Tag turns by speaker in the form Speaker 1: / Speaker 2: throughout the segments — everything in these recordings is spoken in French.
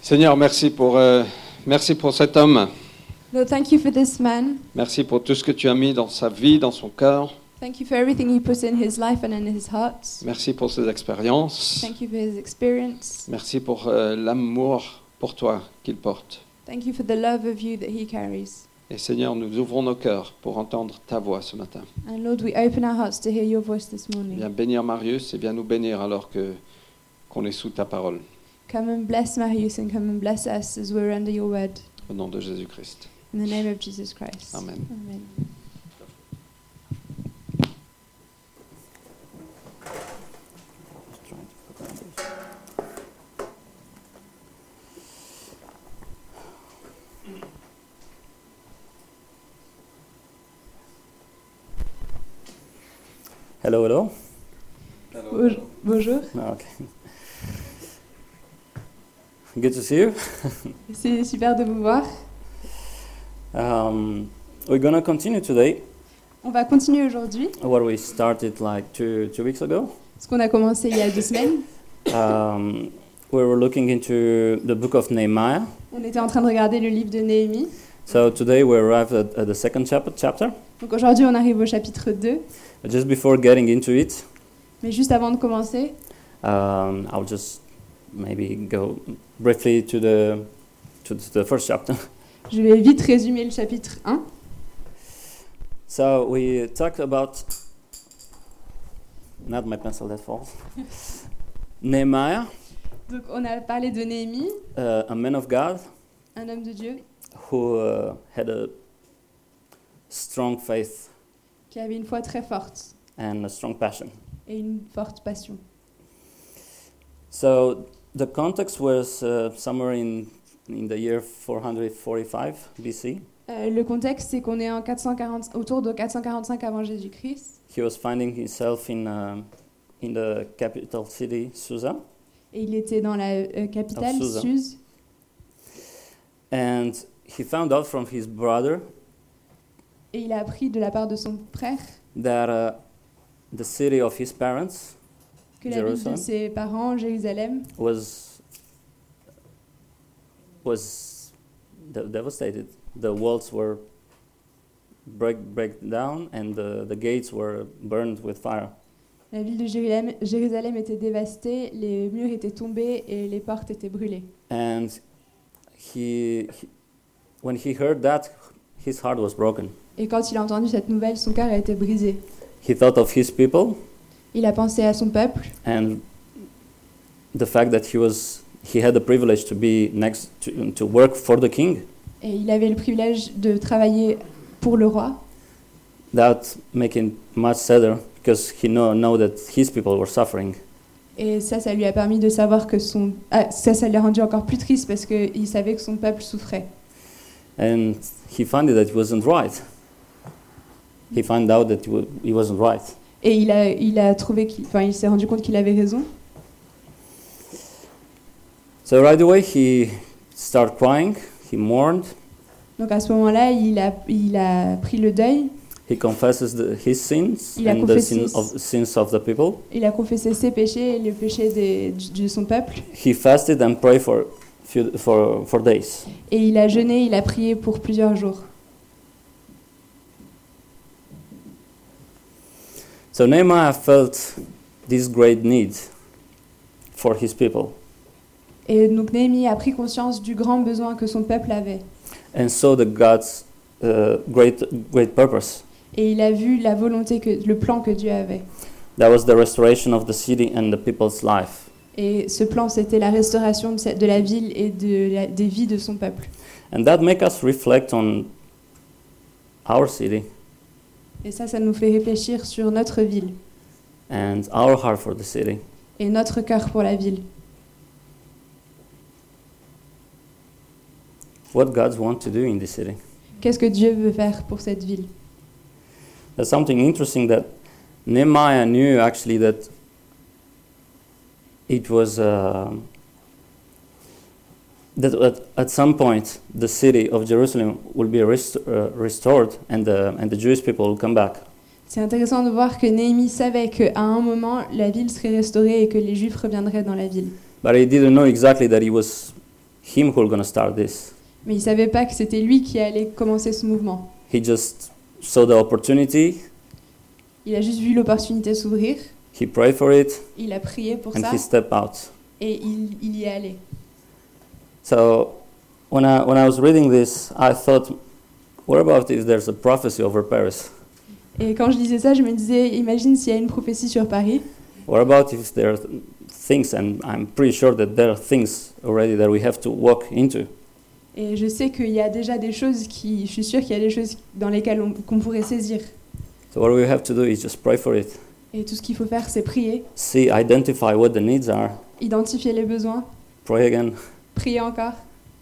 Speaker 1: Seigneur, merci pour, euh, merci pour cet homme.
Speaker 2: Lord, thank you for this man.
Speaker 1: Merci pour tout ce que tu as mis dans sa vie, dans son cœur.
Speaker 2: Thank you for everything you put in his life and in his heart.
Speaker 1: Merci pour ses expériences.
Speaker 2: Thank you for his experience.
Speaker 1: Merci pour euh, l'amour pour toi qu'il porte.
Speaker 2: Thank you for the love of you that he carries.
Speaker 1: Et Seigneur, nous ouvrons nos cœurs pour entendre ta voix ce matin.
Speaker 2: And Lord, we open our hearts to hear your voice this
Speaker 1: Viens
Speaker 2: morning.
Speaker 1: bénir Marius et viens nous bénir alors que qu'on est sous ta parole.
Speaker 2: Come and bless Marius and come and bless us as we're under your word.
Speaker 1: Au nom de Jésus-Christ.
Speaker 2: In the name of Jesus Christ.
Speaker 1: Amen.
Speaker 2: Amen.
Speaker 3: Hello, hello.
Speaker 2: Bonjour. Bonjour.
Speaker 3: No, okay. Good to see you.
Speaker 2: C'est super de vous voir.
Speaker 3: Um, we're gonna continue today
Speaker 2: On va continuer aujourd'hui,
Speaker 3: what we started like two two weeks ago.
Speaker 2: ce qu'on a commencé il y a deux semaines.
Speaker 3: Um, we were looking into the book of Nehemiah.
Speaker 2: On était en train de regarder le livre de Néhémie.
Speaker 3: So today we arrived at, at the second chapter. Chapter.
Speaker 2: Donc aujourd'hui, on arrive au chapitre 2.
Speaker 3: But Just before getting into it,
Speaker 2: Mais juste avant de commencer,
Speaker 3: um, I'll just maybe go briefly to the to the first chapter.
Speaker 2: je vais vite résumer le chapitre 1.
Speaker 3: So we talked about not my pencil that falls. Nehemiah,
Speaker 2: Donc on a parlé de Néhémie,
Speaker 3: uh, a man of God
Speaker 2: un homme de Dieu
Speaker 3: who uh, had a strong faith
Speaker 2: qui avait une foi très forte
Speaker 3: and a strong passion.
Speaker 2: et une forte passion.
Speaker 3: So the context was uh, somewhere in in the year 445 BC.
Speaker 2: Euh, le contexte, c'est qu'on est en 440, autour de 445 avant Jésus-Christ
Speaker 3: He was finding himself in um in the capital city Susa,
Speaker 2: et il était dans la euh, capitale,
Speaker 3: À Suse.
Speaker 2: Suse.
Speaker 3: and he found out from his brother
Speaker 2: Et il a appris de la part de son frère
Speaker 3: that uh, the city of his parents
Speaker 2: que la ville de
Speaker 3: Jérusalem.
Speaker 2: ses parents, Jérusalem,
Speaker 3: was was de- devastated. The walls were break break down, and the, the gates were burned with fire.
Speaker 2: la ville de Jérusalem, Jérusalem était dévastée, les murs étaient tombés et les portes étaient brûlées.
Speaker 3: And he, he when he heard that, his heart was broken.
Speaker 2: Et quand il a entendu cette nouvelle, son cœur a été brisé.
Speaker 3: He thought of his people
Speaker 2: Il a pensé à son peuple
Speaker 3: and the fact that he was he had the privilege to be next to, to work for the king.
Speaker 2: et il avait le privilège de travailler pour le roi.
Speaker 3: That made him much sadder because he know, know that his people were suffering.
Speaker 2: Et ça, ça lui a permis de savoir que son... Ah, ça, ça l'a rendu encore plus triste parce qu'il savait que son peuple souffrait.
Speaker 3: and he found that it wasn't right. He found out that it wa- it wasn't right.
Speaker 2: Et il a, il a trouvé qu'il... Enfin, il s'est rendu compte qu'il avait raison.
Speaker 3: So right away he started crying. He mourned.
Speaker 2: Donc à ce moment-là, il a, il a pris le deuil,
Speaker 3: He confesses the, his sins
Speaker 2: Il a
Speaker 3: and the
Speaker 2: confessé
Speaker 3: sin of, sins of the people.
Speaker 2: il a confessé ses péchés et les péchés des- du- de son peuple.
Speaker 3: He fasted and prayed for few, for for days.
Speaker 2: Et il a jeûné, il a prié pour plusieurs jours.
Speaker 3: So Nehemiah felt this great need for his people,
Speaker 2: Et donc Néhémie a pris conscience du grand besoin que son peuple avait.
Speaker 3: and saw the God's uh, great great purpose.
Speaker 2: Et il a vu la volonté, que, le plan que Dieu avait.
Speaker 3: That was the restoration of the city and the people's life.
Speaker 2: Et ce plan, c'était la restauration de, cette- de la ville et de la- des vies de son peuple.
Speaker 3: And that makes us reflect on our city
Speaker 2: Et ça, ça nous fait réfléchir sur notre ville
Speaker 3: and our heart for the city.
Speaker 2: et notre cœur pour la ville.
Speaker 3: What God wants to do in the city.
Speaker 2: Qu'est-ce que Dieu veut faire pour cette ville
Speaker 3: There's something interesting that Nehemiah knew actually that it was uh, that at, at some point the city of Jerusalem will be rest- uh, restored and the, and the Jewish people will come back.
Speaker 2: C'est intéressant de voir que Néhémie savait qu'à un moment, la ville serait restaurée et que les Juifs reviendraient dans la ville.
Speaker 3: But he didn't know exactly that it was him who were going to start this.
Speaker 2: Mais il savait pas que c'était lui qui allait commencer ce mouvement.
Speaker 3: He just saw the opportunity,
Speaker 2: Il a juste vu l'opportunité s'ouvrir,
Speaker 3: he prayed for it,
Speaker 2: il a prié pour
Speaker 3: and
Speaker 2: ça
Speaker 3: he stepped out.
Speaker 2: et il, il y est allé.
Speaker 3: So when I, when I was reading this, I thought, what about if there's a prophecy over Paris?
Speaker 2: Et quand je lisais ça, je me disais, imagine s'il y a une prophétie sur Paris,
Speaker 3: What about if there are things, and I'm pretty sure that there are things already that we have to walk into?
Speaker 2: et je sais qu'il y a déjà des choses qui, je suis sûre qu'il y a des choses dans lesquelles on- qu'on pourrait saisir.
Speaker 3: So what we have to do is just pray for it,
Speaker 2: Et tout ce qu'il faut faire, c'est prier,
Speaker 3: see, identify what the needs are,
Speaker 2: identifier les besoins,
Speaker 3: pray again,
Speaker 2: prier encore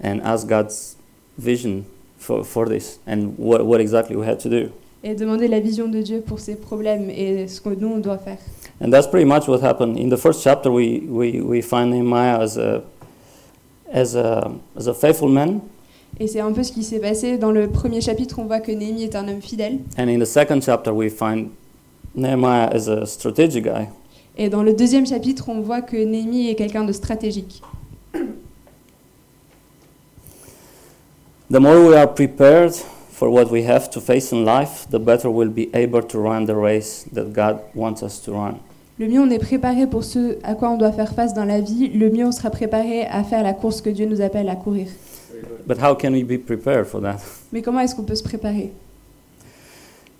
Speaker 3: and ask God's vision for, for this and what, what exactly we have to do.
Speaker 2: et demander la vision de Dieu pour ses problèmes et ce que nous, on doit faire.
Speaker 3: And that's pretty much what happened. In the first chapter, we, we, we find Nehemiah as a, as, a, as a faithful man.
Speaker 2: Et c'est un peu ce qui s'est passé. Dans le premier chapitre, on voit que Néhémie est un homme fidèle.
Speaker 3: And in the second chapter, we find Nehemiah as a strategic guy.
Speaker 2: Et dans le deuxième chapitre, on voit que Néhémie est quelqu'un de stratégique.
Speaker 3: The more we are prepared for what we have to face in life, the better we'll be able to run the race that God wants us to run.
Speaker 2: Le mieux on est préparé pour ce à quoi on doit faire face dans la vie, le mieux on sera préparé à faire la course que Dieu nous appelle à courir.
Speaker 3: But how can we be prepared for that?
Speaker 2: Mais comment est-ce qu'on peut se préparer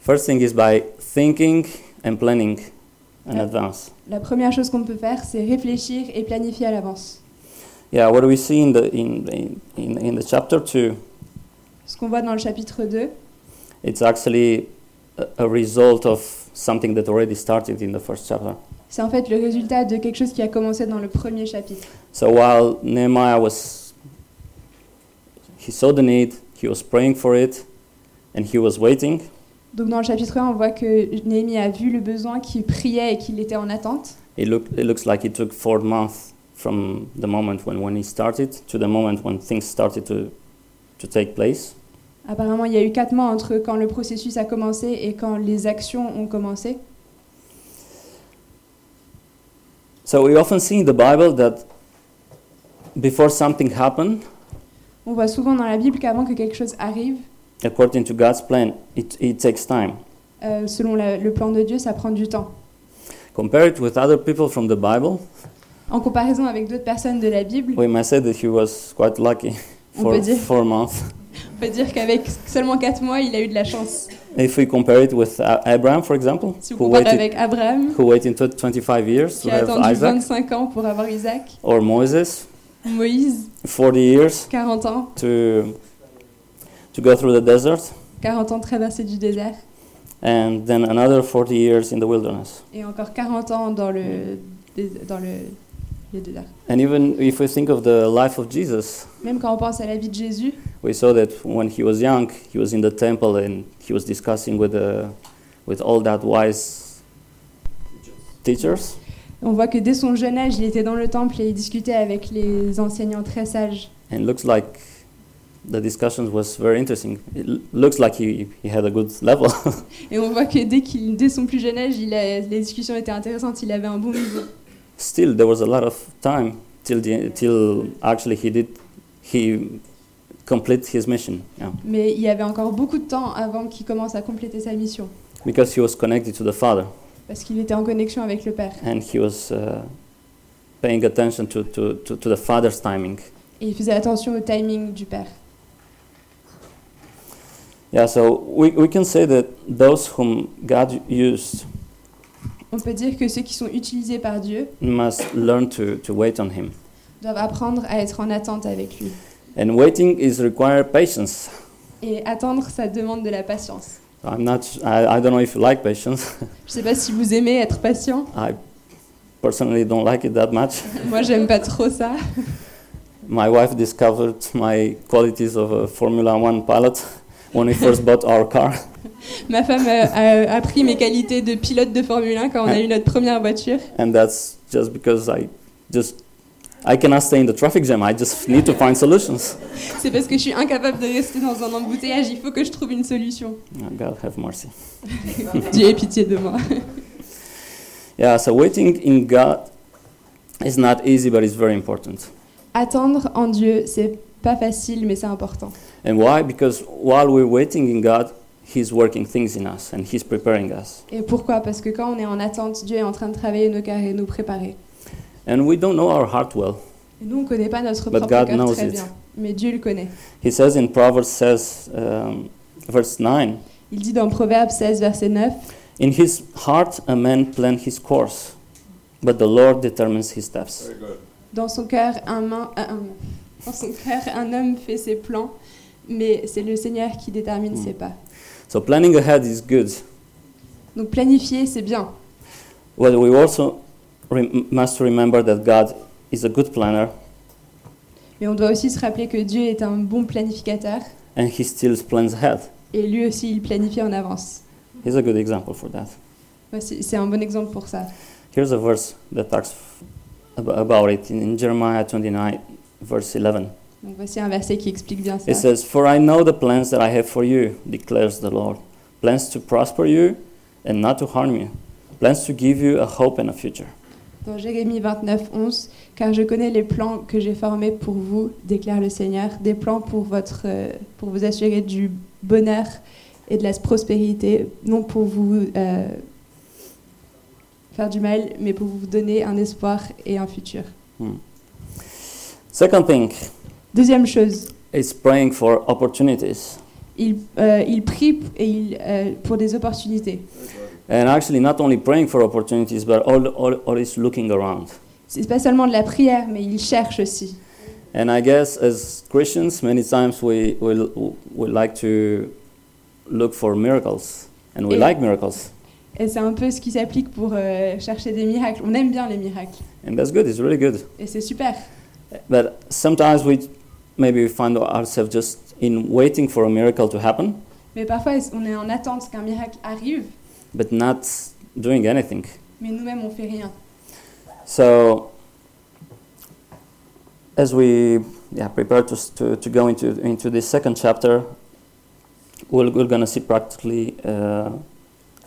Speaker 3: First thing is by thinking and planning in advance.
Speaker 2: La première chose qu'on peut faire, c'est réfléchir et planifier à l'avance.
Speaker 3: Yeah, what we see in the in in, in, in the chapter two,
Speaker 2: Ce qu'on voit dans le chapitre 2,
Speaker 3: it's actually a, a result of something that already started in the first chapter.
Speaker 2: c'est en fait le résultat de quelque chose qui a commencé dans le premier chapitre.
Speaker 3: So while Nehemiah was, he saw the need, he was praying for it, and he was waiting.
Speaker 2: Donc dans le chapitre 1, on voit que Néhémie a vu le besoin, qu'il priait et qu'il était en attente.
Speaker 3: It look it looks like it took four months from the moment when when he started to the moment when things started to to take place.
Speaker 2: Apparemment, il y a eu quatre mois entre quand le processus a commencé et quand les actions ont commencé.
Speaker 3: So we often see in the Bible that before something happened.
Speaker 2: On voit souvent dans la Bible qu'avant que quelque chose arrive,
Speaker 3: according to God's plan, it, it takes time.
Speaker 2: euh, selon la- le plan de Dieu, ça prend du temps.
Speaker 3: Compare it with other people from the Bible.
Speaker 2: En comparaison avec d'autres personnes de la Bible,
Speaker 3: We may say that he was quite lucky
Speaker 2: On
Speaker 3: for
Speaker 2: peut dire.
Speaker 3: four months.
Speaker 2: on peut dire qu'avec seulement quatre mois, il a eu de la chance.
Speaker 3: If we compare it with uh, Abraham, for example,
Speaker 2: Si on
Speaker 3: who
Speaker 2: compare
Speaker 3: waited,
Speaker 2: avec Abraham,
Speaker 3: who waited tw- 25 years to
Speaker 2: qui a
Speaker 3: have
Speaker 2: attendu
Speaker 3: Isaac,
Speaker 2: 25 ans pour avoir Isaac,
Speaker 3: or Moses,
Speaker 2: Moïse,
Speaker 3: 40 years
Speaker 2: 40 ans,
Speaker 3: to, to go through the desert,
Speaker 2: 40 ans de traversée du désert,
Speaker 3: and then another 40 years in the wilderness.
Speaker 2: et encore 40 ans dans le, dés- dans le, le désert.
Speaker 3: And even if we think of the life of Jesus,
Speaker 2: Même quand on pense à la vie de Jésus,
Speaker 3: We saw that when he was young, he was in the temple and he was discussing with, the, with all that wise teachers.
Speaker 2: on voit que dès son jeune âge, il était dans le temple et il discutait avec les enseignants très sages.
Speaker 3: And looks like the discussions was very interesting. It l- looks like he, he had a good level.
Speaker 2: Et on voit que dès, qu'il, dès son plus jeune âge, il a- les discussions étaient intéressantes, il avait un bon niveau.
Speaker 3: Still, there was a lot of time till, the, till actually he did he complete his mission. Yeah.
Speaker 2: Mais il y avait encore beaucoup de temps avant qu'il commence à compléter sa mission,
Speaker 3: Because he was connected to the Father
Speaker 2: parce qu'il était en connexion avec le Père.
Speaker 3: and he was uh, paying attention to, to, to, to the Father's timing.
Speaker 2: Et il faisait attention au timing du Père.
Speaker 3: Yeah, so we, we can say that those whom God used
Speaker 2: On peut dire que ceux qui sont utilisés par Dieu
Speaker 3: must learn to, to wait on Him.
Speaker 2: doivent apprendre à être en attente avec lui.
Speaker 3: And waiting is require patience.
Speaker 2: Et attendre, ça demande de la patience.
Speaker 3: I'm not, I, I don't know if you like patience.
Speaker 2: Je sais pas si vous aimez être patient.
Speaker 3: I personally don't like it that much.
Speaker 2: Moi, j'aime pas trop ça.
Speaker 3: My wife discovered my qualities of a Formula One pilot when we first bought our car.
Speaker 2: Ma femme euh, a appris mes qualités de pilote de Formule 1 quand on a eu notre première voiture.
Speaker 3: And that's just because I just, I cannot stay in the traffic jam. I just need to find solutions.
Speaker 2: C'est parce que je suis incapable de rester dans un embouteillage. Il faut que je trouve une solution.
Speaker 3: Oh, God have mercy.
Speaker 2: Dieu ait pitié de moi.
Speaker 3: Yeah, so waiting in God is not easy, but it's very important.
Speaker 2: Attendre en Dieu, c'est pas facile, mais c'est important.
Speaker 3: And why? Because while we're waiting in God, He's working things in us and He's preparing us.
Speaker 2: Et pourquoi Parce que quand on est en attente, Dieu est en train de travailler nos cœurs et nous préparer.
Speaker 3: And we don't know our heart well.
Speaker 2: Et nous, on ne connaît pas notre
Speaker 3: But
Speaker 2: propre
Speaker 3: God
Speaker 2: cœur
Speaker 3: knows
Speaker 2: très
Speaker 3: it.
Speaker 2: bien, mais Dieu le connaît.
Speaker 3: He says in Proverbs says um, verse nine,
Speaker 2: Il dit dans Proverbe 16, verset 9,
Speaker 3: in his heart a man plans his course, but the Lord determines his steps.
Speaker 1: Very good.
Speaker 2: Dans son cœur, un, main- euh, un- dans son cœur, un homme fait ses plans, mais c'est le Seigneur qui détermine
Speaker 3: Mm.
Speaker 2: ses pas.
Speaker 3: So planning ahead is good,
Speaker 2: Donc planifier, c'est bien.
Speaker 3: Well, we also rem- must remember that God is a good planner
Speaker 2: Mais on doit aussi se rappeler que Dieu est un bon planificateur
Speaker 3: and He still plans ahead.
Speaker 2: et lui aussi, il planifie en avance.
Speaker 3: Here's a good example for that.
Speaker 2: Voici- C'est un bon exemple pour ça.
Speaker 3: Here's a verse that talks ab- about it in, in Jeremiah 29, verse 11.
Speaker 2: Donc voici un verset qui explique bien ça.
Speaker 3: It says, For I know the plans that I have for you, declares the Lord plans to prosper you and not to harm you, plans to give you a hope and a future.
Speaker 2: Dans Jérémie 29, 11, car je connais les plans que j'ai formés pour vous, déclare le Seigneur, des plans pour, votre, euh, pour vous assurer du bonheur et de la prospérité, non pour vous euh, faire du mal, mais pour vous donner un espoir et un futur.
Speaker 3: Second thing
Speaker 2: Deuxième chose,
Speaker 3: is praying for opportunities.
Speaker 2: il, euh, il prie et il, euh, pour des opportunités.
Speaker 3: And actually, not only praying for opportunities, but all, all, always looking around.
Speaker 2: C'est pas seulement de la prière, mais il cherche aussi.
Speaker 3: And I guess as Christians, many times we, we, we like to look for miracles, and we
Speaker 2: Yeah.
Speaker 3: like miracles,
Speaker 2: Et c'est un peu ce qui s'applique pour euh, chercher des miracles. On aime bien les miracles,
Speaker 3: and that's good, it's really good.
Speaker 2: et c'est super.
Speaker 3: But sometimes we maybe we find ourselves just in waiting for a miracle to happen,
Speaker 2: Mais parfois, on est en attente qu'un miracle arrive,
Speaker 3: but not doing anything.
Speaker 2: mais nous-mêmes, on fait rien.
Speaker 3: So, as we yeah, prepare to, s- to, to go into, into the second chapter, we're, we're going to see practically uh,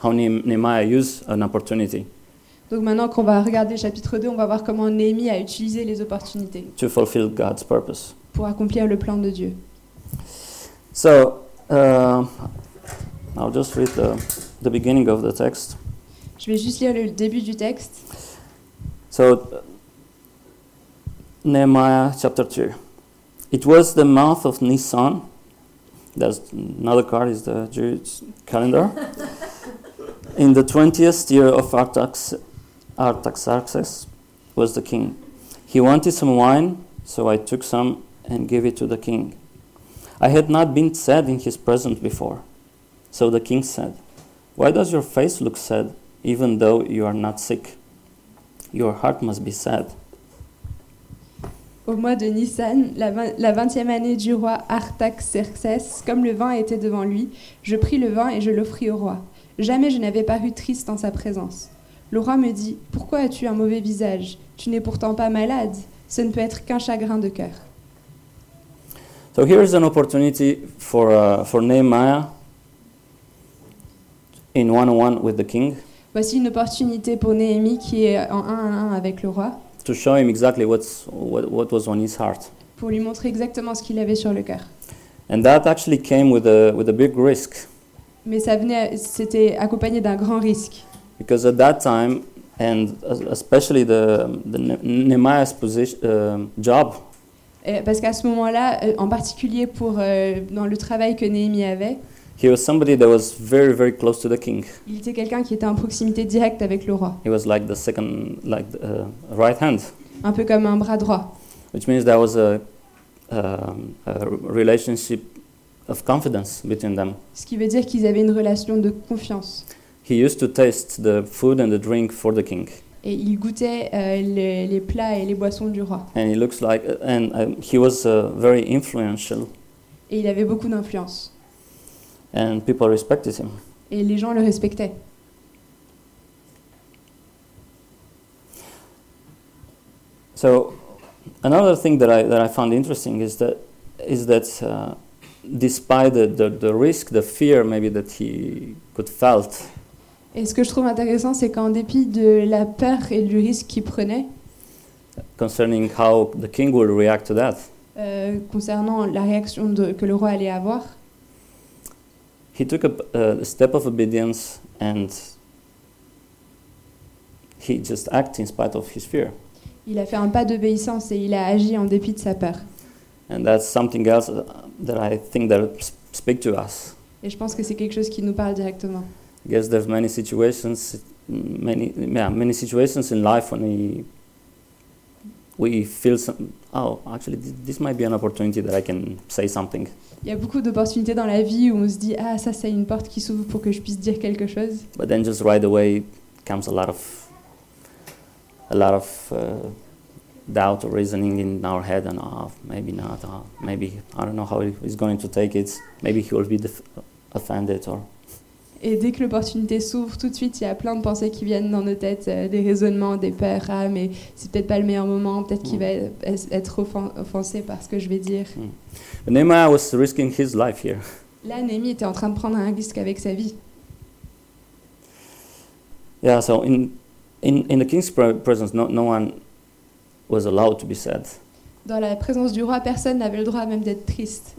Speaker 3: how Nehem- Nehemiah used an opportunity
Speaker 2: Donc maintenant qu'on va regarder le chapitre 2, on va voir comment Néhémie a utilisé les opportunités
Speaker 3: to fulfill God's purpose.
Speaker 2: pour accomplir le plan de Dieu.
Speaker 3: So, uh, I'll just read the, the beginning of the text.
Speaker 2: Je vais juste lire le début du texte.
Speaker 3: So, uh, Nehemiah chapter 2. It was the month of Nisan. That's another card, is the Jewish calendar. In the 20th year of Artax, Artaxerxes was the king. He wanted some wine, so I took some and gave it to the king. I had not been sad in his presence before. So the king said, Why does your face look sad, even though you are not sick? Your heart must be sad.
Speaker 2: Au mois de Nissan, la vingt- la vingtième année du roi Artaxerxès, comme le vin était devant lui, je pris le vin et je l'offris au roi. Jamais je n'avais paru triste en sa présence. Le roi me dit Pourquoi as-tu un mauvais visage Tu n'es pourtant pas malade. Ce ne peut être qu'un chagrin de cœur.
Speaker 3: So here is an opportunity for, uh, for Nehemiah in one on one with the king
Speaker 2: Voici une opportunité pour Néhémie qui est en 1 à 1 avec le roi
Speaker 3: to show him exactly what's, what, what was on his heart.
Speaker 2: pour lui montrer exactement ce qu'il avait sur le cœur.
Speaker 3: And that actually came with a, with a big risk
Speaker 2: Mais ça venait, c'était accompagné d'un grand risque.
Speaker 3: because at that time, and es- especially the, the Ne- Nehemiah's position, um job,
Speaker 2: Euh, Parce qu'à ce moment-là, euh, en particulier pour euh, dans le travail que Néhémie avait,
Speaker 3: he was somebody that was very, very close to the king.
Speaker 2: il était quelqu'un qui était en proximité directe avec le roi,
Speaker 3: He was like the second, like the, uh, right hand,
Speaker 2: un peu comme un bras droit.
Speaker 3: which means there was a, um, a r- relationship of confidence between them.
Speaker 2: Ce qui veut dire qu'ils avaient une relation de confiance.
Speaker 3: He used to taste the food and the drink for the king,
Speaker 2: Et il goûtait euh, les, les plats et les boissons du roi.
Speaker 3: and he looks like, and um, he was uh, very influential,
Speaker 2: Et il avait beaucoup d'influence.
Speaker 3: and people respected him.
Speaker 2: Et les gens le respectaient.
Speaker 3: So, another thing that I that I found interesting is that is that. Uh, Despite the, the, the risk, the fear maybe that he could felt,
Speaker 2: Et ce que je trouve intéressant, c'est qu'en dépit de la peur et du risque qu'il prenait,
Speaker 3: concerning how the king will react to that.
Speaker 2: Euh, concernant la réaction de- que le roi allait avoir,
Speaker 3: He took a, p- a step of obedience and he just acted in spite of his fear.
Speaker 2: il a fait un pas d'obéissance et il a agi en dépit de sa peur.
Speaker 3: And that's something else uh, that I think that s- speak to us.
Speaker 2: Et je pense que c'est quelque chose qui nous parle directement.
Speaker 3: I guess there's many situations, many yeah, many situations in life when we we feel some. Oh, actually, th- this might be an opportunity that I can say something.
Speaker 2: Il y a beaucoup d'opportunités dans la vie où on se dit Ah, ça, c'est une porte qui s'ouvre pour que je puisse dire quelque chose.
Speaker 3: But then, just right away, comes a lot of a lot of uh, doubt or reasoning in our head, and oh, maybe not. Oh, maybe I don't know how he- he's going to take it. Maybe he will be def- offended or
Speaker 2: Et dès que l'opportunité s'ouvre, tout de suite, il y a plein de pensées qui viennent dans nos têtes, euh, des raisonnements, des peurs. Ah, mais c'est peut-être pas le meilleur moment, peut-être qu'il
Speaker 3: Mm.
Speaker 2: va es- être offen- offensé par ce que je vais dire.
Speaker 3: But Nehemiah was risking his life here.
Speaker 2: Là, Némi était en train de prendre un risque avec sa vie.
Speaker 3: Yeah, so in, in, in the king's pre- presence, no, no one was allowed to be sad.
Speaker 2: Dans la présence du roi, personne n'avait le droit même d'être triste.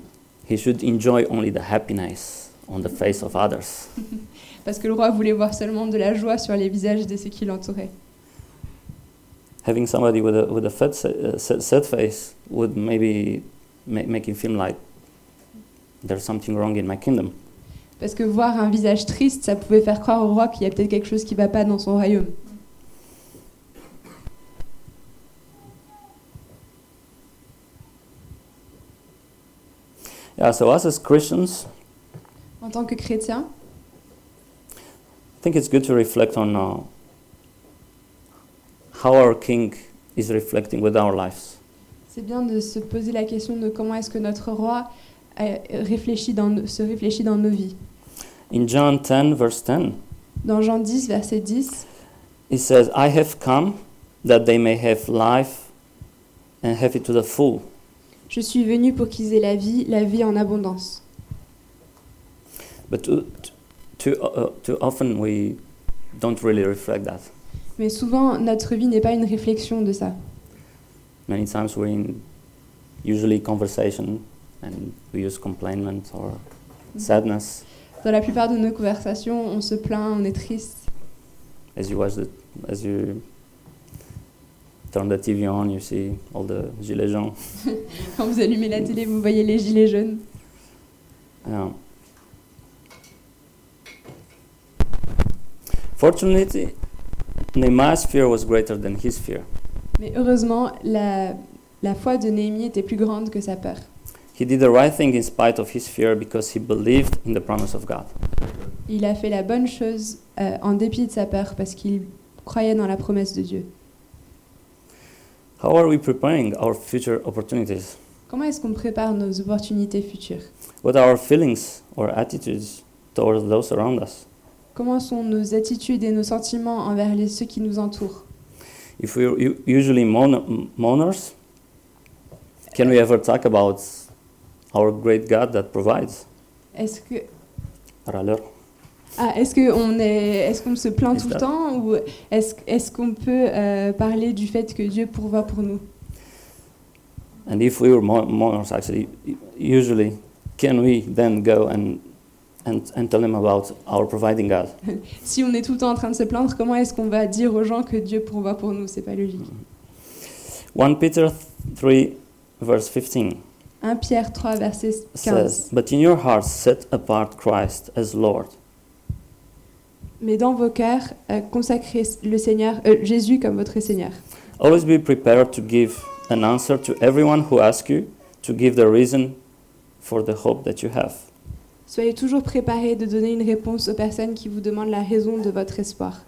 Speaker 3: He should enjoy only the happiness on the face of others.
Speaker 2: Parce que le roi voulait voir seulement de la joie sur les visages de ceux qui l'entouraient.
Speaker 3: Having somebody with a, with a fat, sa- uh, sad, sad face would maybe ma- make him feel like there's something wrong in my kingdom.
Speaker 2: Parce que voir un visage triste, ça pouvait faire croire au roi qu'il y a peut-être quelque chose qui va pas dans son royaume.
Speaker 3: Yeah, so us as Christians,
Speaker 2: En tant que chrétien,
Speaker 3: I think it's good to reflect on uh, how our king is reflecting with our lives.
Speaker 2: c'est bien de se poser la question de comment est-ce que notre roi euh, réfléchit dans, nos- se réfléchit dans nos vies.
Speaker 3: In John 10, verse 10,
Speaker 2: Dans Jean 10, verset 10,
Speaker 3: He says, I have come that they may have life and have it to the full.
Speaker 2: Je suis venu pour qu'ils aient la vie, la vie en abondance.
Speaker 3: But too, too, uh, too often we don't really reflect that.
Speaker 2: Mais souvent, notre vie n'est pas une réflexion de ça.
Speaker 3: Many times we're in usually conversation and we use complainment or sadness.
Speaker 2: Dans la plupart de nos conversations, on se plaint, on est triste.
Speaker 3: As you watch the, as you turn the TV on, you see all the gilets jaunes.
Speaker 2: Quand vous allumez la télé, vous voyez les gilets jaunes.
Speaker 3: Yeah. Fortunately, Nehemiah's fear was greater than his fear.
Speaker 2: Mais heureusement, la, la foi de Néhémie était plus grande que sa peur.
Speaker 3: He did the right thing in spite of his fear because he believed in the promise of God.
Speaker 2: Il a fait la bonne chose euh, en dépit de sa peur parce qu'il croyait dans la promesse de Dieu.
Speaker 3: How are we preparing our future opportunities?
Speaker 2: Comment est-ce qu'on prépare nos opportunités futures
Speaker 3: What are our feelings or attitudes towards those around us?
Speaker 2: Comment sont nos attitudes et nos sentiments envers les, ceux qui nous entourent
Speaker 3: If we're u- usually mourn- mourners, can we ever talk about our great God that provides?
Speaker 2: Est-ce que
Speaker 3: Râleur.
Speaker 2: ah, est-ce que on est est-ce qu'on se plaint
Speaker 3: Est-ce
Speaker 2: tout le
Speaker 3: là-
Speaker 2: temps ou est-ce est-ce qu'on peut euh, parler du fait que Dieu pourvoit pour nous
Speaker 3: And if we were mour- mourners, actually, u- usually, can we then go and, and, and tell them about our providing God?
Speaker 2: Si on est tout le temps en train de se plaindre, comment est-ce qu'on va dire aux gens que Dieu pourvoit pour nous C'est pas logique.
Speaker 3: 1 Mm-hmm. Peter 3, verse 15.
Speaker 2: 1 Pierre 3 verset 15.
Speaker 3: says, But in your hearts set apart Christ as Lord.
Speaker 2: Mais dans vos cœurs, euh, consacrez le Seigneur, euh, Jésus comme votre Seigneur.
Speaker 3: Always be prepared to give an answer to everyone who asks you to give the reason for the hope that you have.
Speaker 2: Soyez toujours préparés de donner une réponse aux personnes qui vous demandent la raison de votre espoir,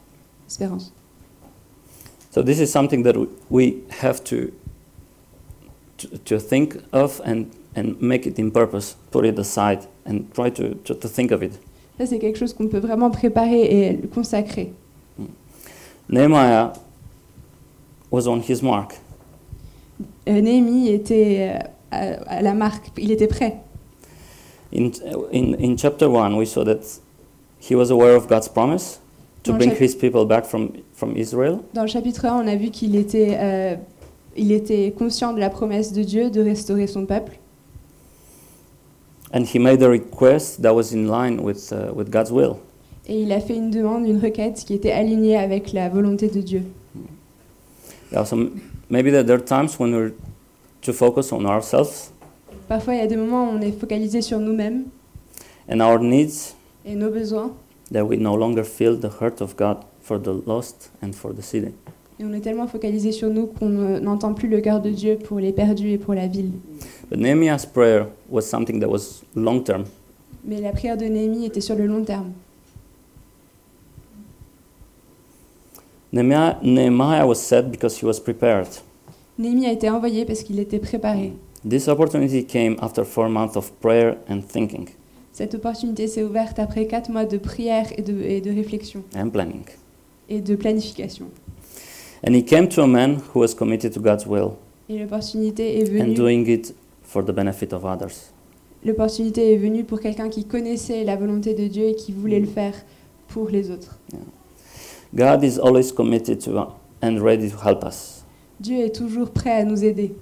Speaker 2: espérance.
Speaker 3: So this is something that we- we have to, to, to think of and, and make it in purpose, put it aside and try to, to, to think of it.
Speaker 2: Ça, c'est quelque chose qu'on peut vraiment préparer et le consacrer.
Speaker 3: Nehemiah was on his mark.
Speaker 2: Euh, Néhémie était euh, à, à la marque, il était prêt.
Speaker 3: In, in, in chapter 1, we saw that he was aware of God's promise to
Speaker 2: Dans le
Speaker 3: bring
Speaker 2: chap-
Speaker 3: his people back from, from Israel.
Speaker 2: Dans le chapitre 1, on a vu qu'il était, euh, il était conscient de la promesse de Dieu de restaurer son peuple.
Speaker 3: And he made a request that was in line with, uh, with God's will.
Speaker 2: Et il a fait une demande, une requête qui était alignée avec la volonté de Dieu.
Speaker 3: There are some, maybe there are times when we're too focused on ourselves
Speaker 2: Parfois, il y a des moments où on est focalisé sur nous-mêmes
Speaker 3: and our needs
Speaker 2: et nos besoins,
Speaker 3: that we no longer feel the hurt of God for the lost and for the city.
Speaker 2: et on est tellement focalisé sur nous qu'on ne- n'entend plus le cœur de Dieu pour les perdus et pour la ville.
Speaker 3: But Nehemiah's prayer was something that was long term.
Speaker 2: Mais la prière de Néhémie était sur le long terme.
Speaker 3: Nehemiah, Nehemiah was set because he was prepared.
Speaker 2: Néhémie a été envoyé parce qu'il était préparé.
Speaker 3: This opportunity came after four months of prayer and thinking
Speaker 2: Cette opportunité s'est ouverte après quatre mois de prière et de, et de réflexion
Speaker 3: and planning.
Speaker 2: et de planification.
Speaker 3: And he came to a man who was committed to God's will
Speaker 2: Et l'opportunité est
Speaker 3: and
Speaker 2: venue.
Speaker 3: doing it for the benefit of others.
Speaker 2: L'opportunité est venue pour quelqu'un qui connaissait la volonté de Dieu et qui voulait le faire pour les autres.
Speaker 3: God is always committed to and ready to help us.
Speaker 2: Dieu est toujours prêt à nous aider.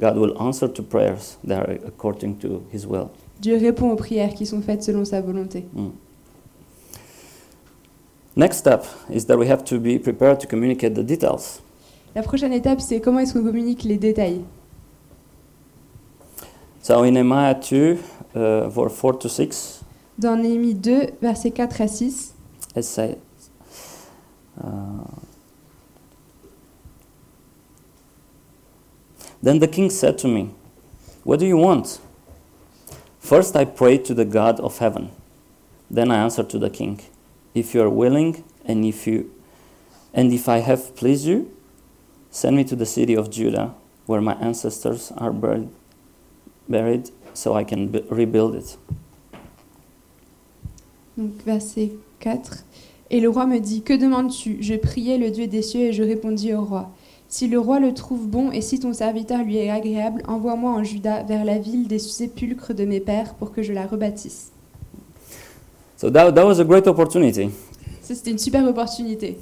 Speaker 3: God will answer to prayers that are according to his will. Mm.
Speaker 2: Dieu répond aux prières qui sont faites selon sa volonté.
Speaker 3: Next step is that we have to be prepared to communicate the details.
Speaker 2: La prochaine étape, c'est comment est-ce qu'on communique les détails.
Speaker 3: So in Nehemiah 2, uh, verse 4 to 6,
Speaker 2: Dans Néhémie 2, versets 4 à 6,
Speaker 3: it says, uh, Then the king said to me, What do you want? First I prayed to the God of heaven. Then I answered to the king, If you are willing, and if you and if I have pleased you, send me to the city of Judah, where my ancestors are buried, buried so I can b- rebuild it.
Speaker 2: donc verset 4. Et le roi me dit, Que demandes-tu Je priai le Dieu des cieux et je répondis au roi. Si le roi le trouve bon et si ton serviteur lui est agréable, envoie-moi en Juda vers la ville des sépulcres de mes pères pour que je la rebâtisse.
Speaker 3: So that, that was a great opportunity.
Speaker 2: Ça, c'était une super opportunité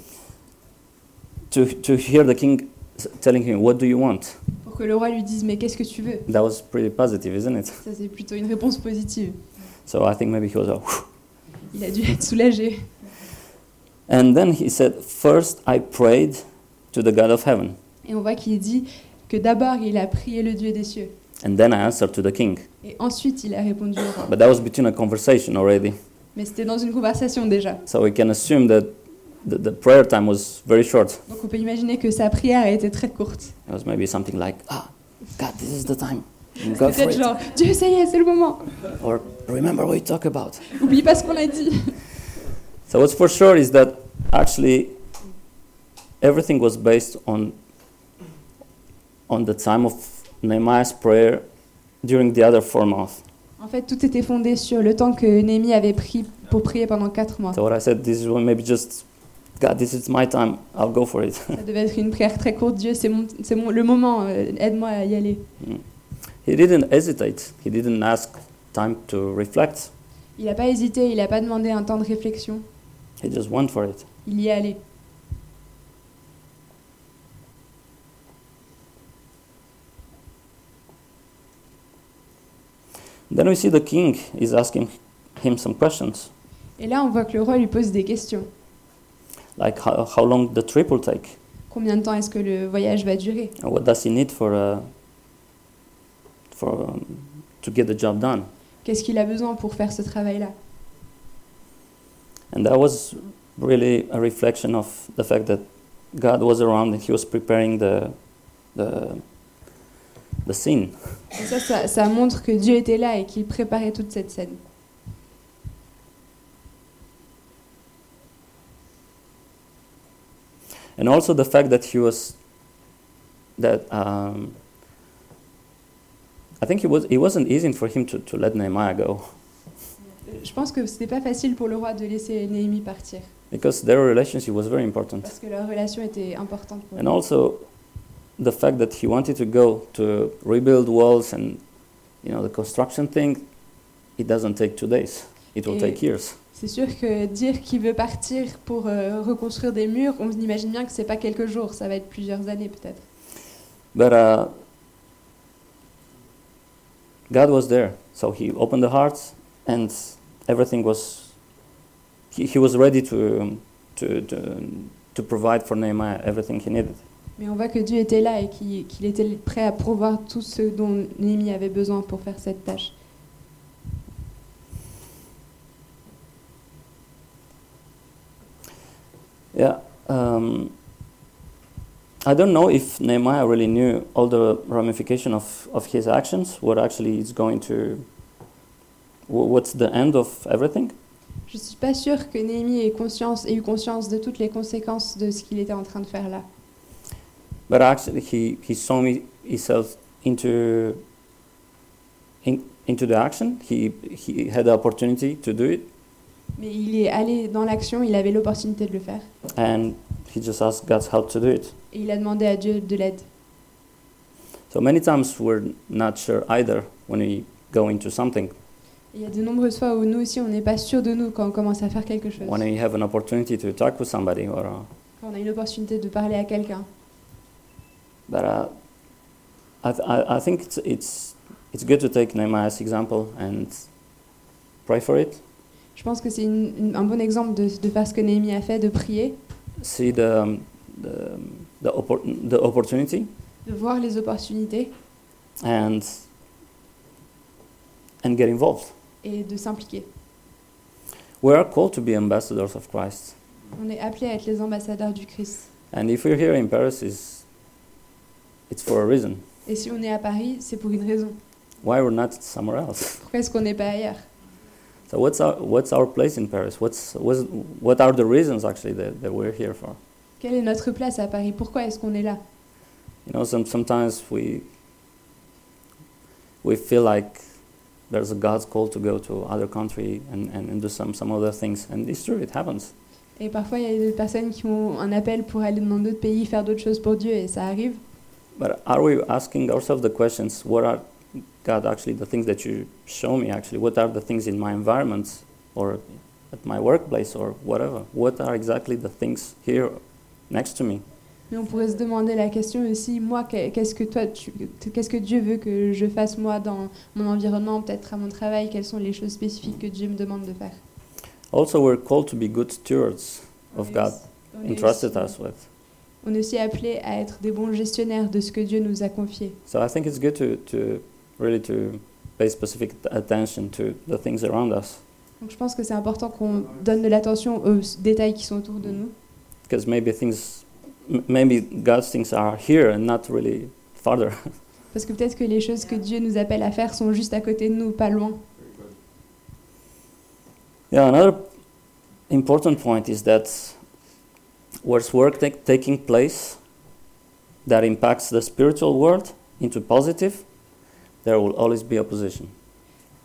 Speaker 3: to, to hear the king s- telling him, What do you want?
Speaker 2: pour que le roi lui dise, Mais qu'est-ce que tu veux
Speaker 3: That was pretty positive, isn't it?
Speaker 2: Ça, c'est plutôt une réponse positive.
Speaker 3: So I think maybe he was like, "Whew."
Speaker 2: Il a dû être soulagé.
Speaker 3: And then he said, First I prayed to the God of heaven,
Speaker 2: Et on voit qu'il dit que d'abord il a prié le Dieu des cieux.
Speaker 3: and then I answered to the king.
Speaker 2: Et ensuite il a répondu au roi.
Speaker 3: But that was between a conversation already.
Speaker 2: Mais c'était dans une conversation déjà.
Speaker 3: So we can assume that the, the prayer time was very short.
Speaker 2: Donc on peut imaginer que sa prière a été très courte.
Speaker 3: It was maybe something like, Ah, God, this is the time. Go for
Speaker 2: Peut-être
Speaker 3: it.
Speaker 2: genre, Dieu, ça y est, c'est le moment.
Speaker 3: Or remember what we talked about.
Speaker 2: Oublie pas ce qu'on a dit.
Speaker 3: So what's for sure is that actually everything was based on on the time of Nehemiah's prayer during the other four months.
Speaker 2: En fait, tout était fondé sur le temps que Néhémie avait pris pour prier pendant quatre mois.
Speaker 3: So what I said, this is maybe just God, this is my time. I'll go for it.
Speaker 2: Ça devait être une prière très courte. Dieu, c'est mon, c'est mon, le moment. euh, aide-moi à y aller.
Speaker 3: he didn't hesitate. He didn't ask time to reflect.
Speaker 2: Il n'a pas hésité. Il n'a pas demandé un temps de réflexion.
Speaker 3: He just went for it.
Speaker 2: Il y est allé.
Speaker 3: Then we see the king is asking him some questions,
Speaker 2: Et là, on voit que le roi lui pose des questions.
Speaker 3: like how, how long the trip will take,
Speaker 2: Combien de temps est-ce que le voyage va durer
Speaker 3: and what does he need for uh, for um, to get the job done.
Speaker 2: Qu'est-ce qu'il a besoin pour faire ce travail-là
Speaker 3: And that was really a reflection of the fact that God was around and He was preparing the, the, the scene.
Speaker 2: Et ça, ça, ça montre que Dieu était là et qu'il préparait toute cette scène.
Speaker 3: And also the fact that He was, that um, I think it, was, it wasn't easy for Him to, to let Nehemiah go
Speaker 2: Euh, Je pense que c'était pas facile pour le roi de laisser Néhémie partir
Speaker 3: because their relationship was very important.
Speaker 2: parce que leur relation était importante pour
Speaker 3: And
Speaker 2: lui.
Speaker 3: also the fact that He wanted to go to rebuild walls and, you know, the construction thing, it doesn't take two days. It will
Speaker 2: Et-
Speaker 3: take years.
Speaker 2: C'est sûr que dire qu'il veut partir pour euh, reconstruire des murs, on imagine bien que c'est pas quelques jours, ça va être plusieurs années peut-être.
Speaker 3: But uh, God was there. So he opened the hearts and everything was, he, he was ready to, um, to, to, to provide for Nehemiah everything he needed.
Speaker 2: Mais on voit que Dieu était là et qu'il qu'il était prêt à pourvoir tout ce dont Néhémie avait besoin pour faire cette tâche.
Speaker 3: Yeah. Um, I don't know if Nehemiah really knew all the ramification of, of his actions, what actually is going to, wh- what's the end of everything.
Speaker 2: Je ne suis pas sûre que Néhémie ait, conscience, ait eu conscience de toutes les conséquences de ce qu'il était en train de faire là.
Speaker 3: But actually, he, he saw me, himself into, in, into the action. He, he had the opportunity to do it,
Speaker 2: Mais il est allé dans l'action, il avait l'opportunité de le faire.
Speaker 3: and he just asked God how to do it.
Speaker 2: Et il a demandé à Dieu de l'aide.
Speaker 3: So many times we're not sure either when we go into something,
Speaker 2: Il y a de nombreuses fois où nous aussi, on n'est pas sûr de nous quand on commence à faire quelque chose.
Speaker 3: when we have an opportunity to talk with somebody or. Uh,
Speaker 2: Quand on a une opportunité de parler à quelqu'un.
Speaker 3: But uh, I, th- I, I think it's, it's, it's good to take Nehemiah's example and pray for it.
Speaker 2: Je pense que c'est une- une- un bon exemple de, de faire ce que Néhémie a fait, de prier,
Speaker 3: See the, um, the, the, oppor- the opportunity
Speaker 2: de voir les opportunités
Speaker 3: and, and get involved.
Speaker 2: et de s'impliquer.
Speaker 3: We are called to be ambassadors of Christ.
Speaker 2: On est appelé à être les ambassadeurs du Christ.
Speaker 3: And if we're here in Paris, it's, it's for a reason.
Speaker 2: Et si on est à Paris, c'est pour une raison.
Speaker 3: Why we're not somewhere else?
Speaker 2: Pourquoi est-ce qu'on n'est pas ailleurs
Speaker 3: So what's our, what's our place in Paris? What's, what's, what are the reasons actually that, that we're here for?
Speaker 2: Quelle est notre place à Paris Pourquoi est-ce qu'on est là
Speaker 3: You know, some, sometimes we we feel like there's a God's call to go to other country and, and, and do some, some other things. And it's true, it happens.
Speaker 2: Et parfois, il y a des personnes qui ont un appel pour aller dans d'autres pays, faire d'autres choses pour Dieu, et ça arrive.
Speaker 3: But are we asking ourselves the questions, what are, God, actually the things that you show me, actually, what are the things in my environment or at my workplace or whatever? What are exactly the things here next to me?
Speaker 2: Mais on pourrait se demander la question aussi, moi, que- qu'est-ce que toi, tu- qu'est-ce que Dieu veut que je fasse moi dans mon environnement, peut-être à mon travail Quelles sont les choses spécifiques que Dieu me demande de faire
Speaker 3: Also, we're called to be good stewards of
Speaker 2: On est
Speaker 3: God
Speaker 2: aussi- on est
Speaker 3: entrusted
Speaker 2: aussi-
Speaker 3: us with.
Speaker 2: On est aussi appelé à être des bons gestionnaires de ce que Dieu nous a confié.
Speaker 3: So I think it's good to, to really to pay specific t- attention to the things around us
Speaker 2: Donc je pense que c'est important qu'on donne de l'attention aux détails qui sont autour de nous.
Speaker 3: because maybe things, m- maybe God's things are here and not really farther.
Speaker 2: Parce que peut-être que les choses que Dieu nous appelle à faire sont juste à côté de nous, pas loin.
Speaker 3: yeah, another important point is that where's work tak taking place that impacts the spiritual world into positive, there will always be opposition.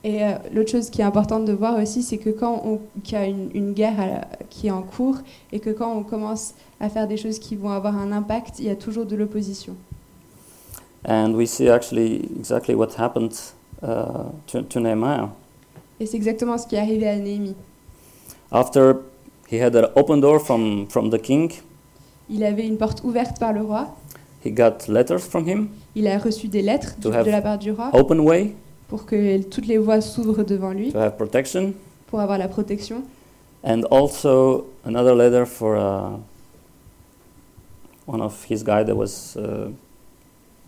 Speaker 2: Et euh, l'autre chose qui est importante de voir aussi, c'est que quand on, qu'il y a une, une guerre à la- qui est en cours et que quand on commence à faire des choses qui vont avoir un impact, il y a toujours de l'opposition.
Speaker 3: And we see actually exactly what happened uh, to, to Nehemiah.
Speaker 2: Et c'est exactement ce qui est arrivé à Néhémie.
Speaker 3: After he had an open door from, from the king,
Speaker 2: Il avait une porte ouverte par le roi,
Speaker 3: he got letters from him,
Speaker 2: il a reçu des lettres du-
Speaker 3: To have
Speaker 2: de la part du roi
Speaker 3: open way
Speaker 2: pour que toutes les voies s'ouvrent devant lui,
Speaker 3: to have protection,
Speaker 2: pour avoir la protection.
Speaker 3: and also another letter for uh, one of his guy that was uh,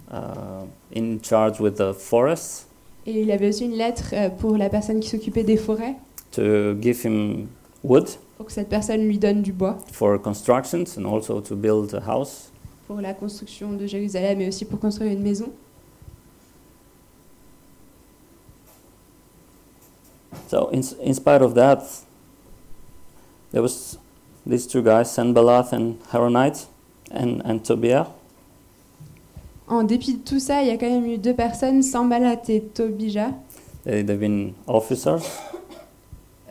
Speaker 3: uh, in charge with the forests
Speaker 2: Et il avait aussi une lettre euh, pour la personne qui s'occupait des forêts,
Speaker 3: to give him wood
Speaker 2: pour que cette personne lui donne du bois
Speaker 3: for constructions and also to build a house.
Speaker 2: pour la construction de Jérusalem et aussi pour construire une maison.
Speaker 3: So in, in spite of that, there was these two guys, Sanballat and Haronite, and, and Tobiah.
Speaker 2: En dépit de tout ça, il y a quand même eu deux personnes, Sambalat et Tobija.
Speaker 3: They, they've been officers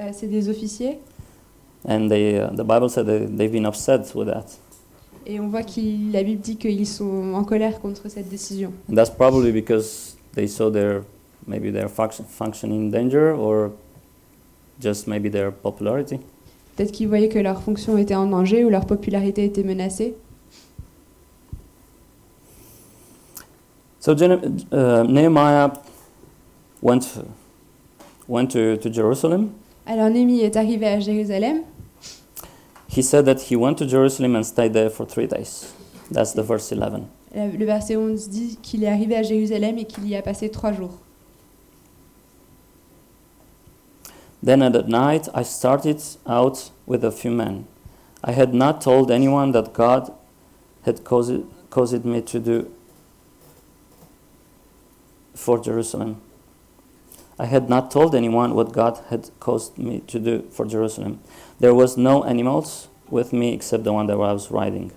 Speaker 2: Euh, c'est des officiers.
Speaker 3: And they, uh, the Bible said that they've been upset with that.
Speaker 2: Et on voit que la Bible dit qu'ils sont en colère contre cette décision.
Speaker 3: And that's probably because they saw their, maybe their function, function in danger or just maybe their popularity.
Speaker 2: Peut-être qu'ils voyaient que leur fonction était en danger ou leur popularité était menacée.
Speaker 3: So Jen- uh, Nehemiah went, went to, to Jerusalem.
Speaker 2: Alors Némi est arrivé à Jérusalem
Speaker 3: He said that he went to Jerusalem and stayed there for three days. That's the verse 11.
Speaker 2: La- Le verset 11 dit qu'il est arrivé à Jérusalem et qu'il y a passé trois jours.
Speaker 3: Then at night I started out with a few men. I had not told anyone that God had caused, caused me to do for Jerusalem. I had not told anyone what God had caused me to do for Jerusalem. There was no animals with me except the one that I was riding.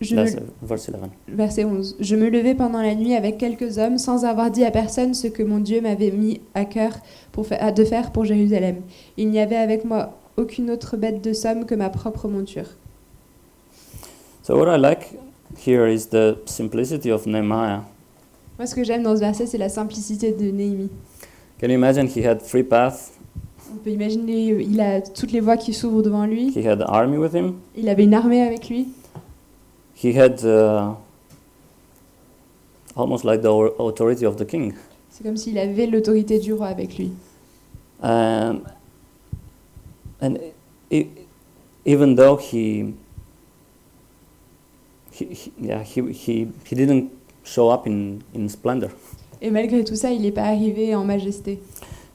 Speaker 2: Je me-
Speaker 3: That's uh, verse 11.
Speaker 2: verset 11. Je me levai pendant la nuit avec quelques hommes sans avoir dit à personne ce que mon Dieu m'avait mis à cœur pour fa- à- de faire pour Jérusalem. Il n'y avait avec moi aucune autre bête de somme que ma propre monture.
Speaker 3: So what I like here is the simplicity of Nehemiah.
Speaker 2: Moi, ce que j'aime dans ce verset, c'est la simplicité de Néhémie.
Speaker 3: Can you imagine he had free path,
Speaker 2: On peut imaginer, euh, il a toutes les voies qui s'ouvrent devant lui.
Speaker 3: he had the army with him,
Speaker 2: Il avait une armée avec lui.
Speaker 3: he had uh, almost like the au- authority of the king.
Speaker 2: C'est comme s'il avait l'autorité du roi avec lui.
Speaker 3: Um, and e even though he, he, he- yeah, he, he, he didn't show up in, in splendor.
Speaker 2: Et malgré tout ça, il n'est pas arrivé en majesté.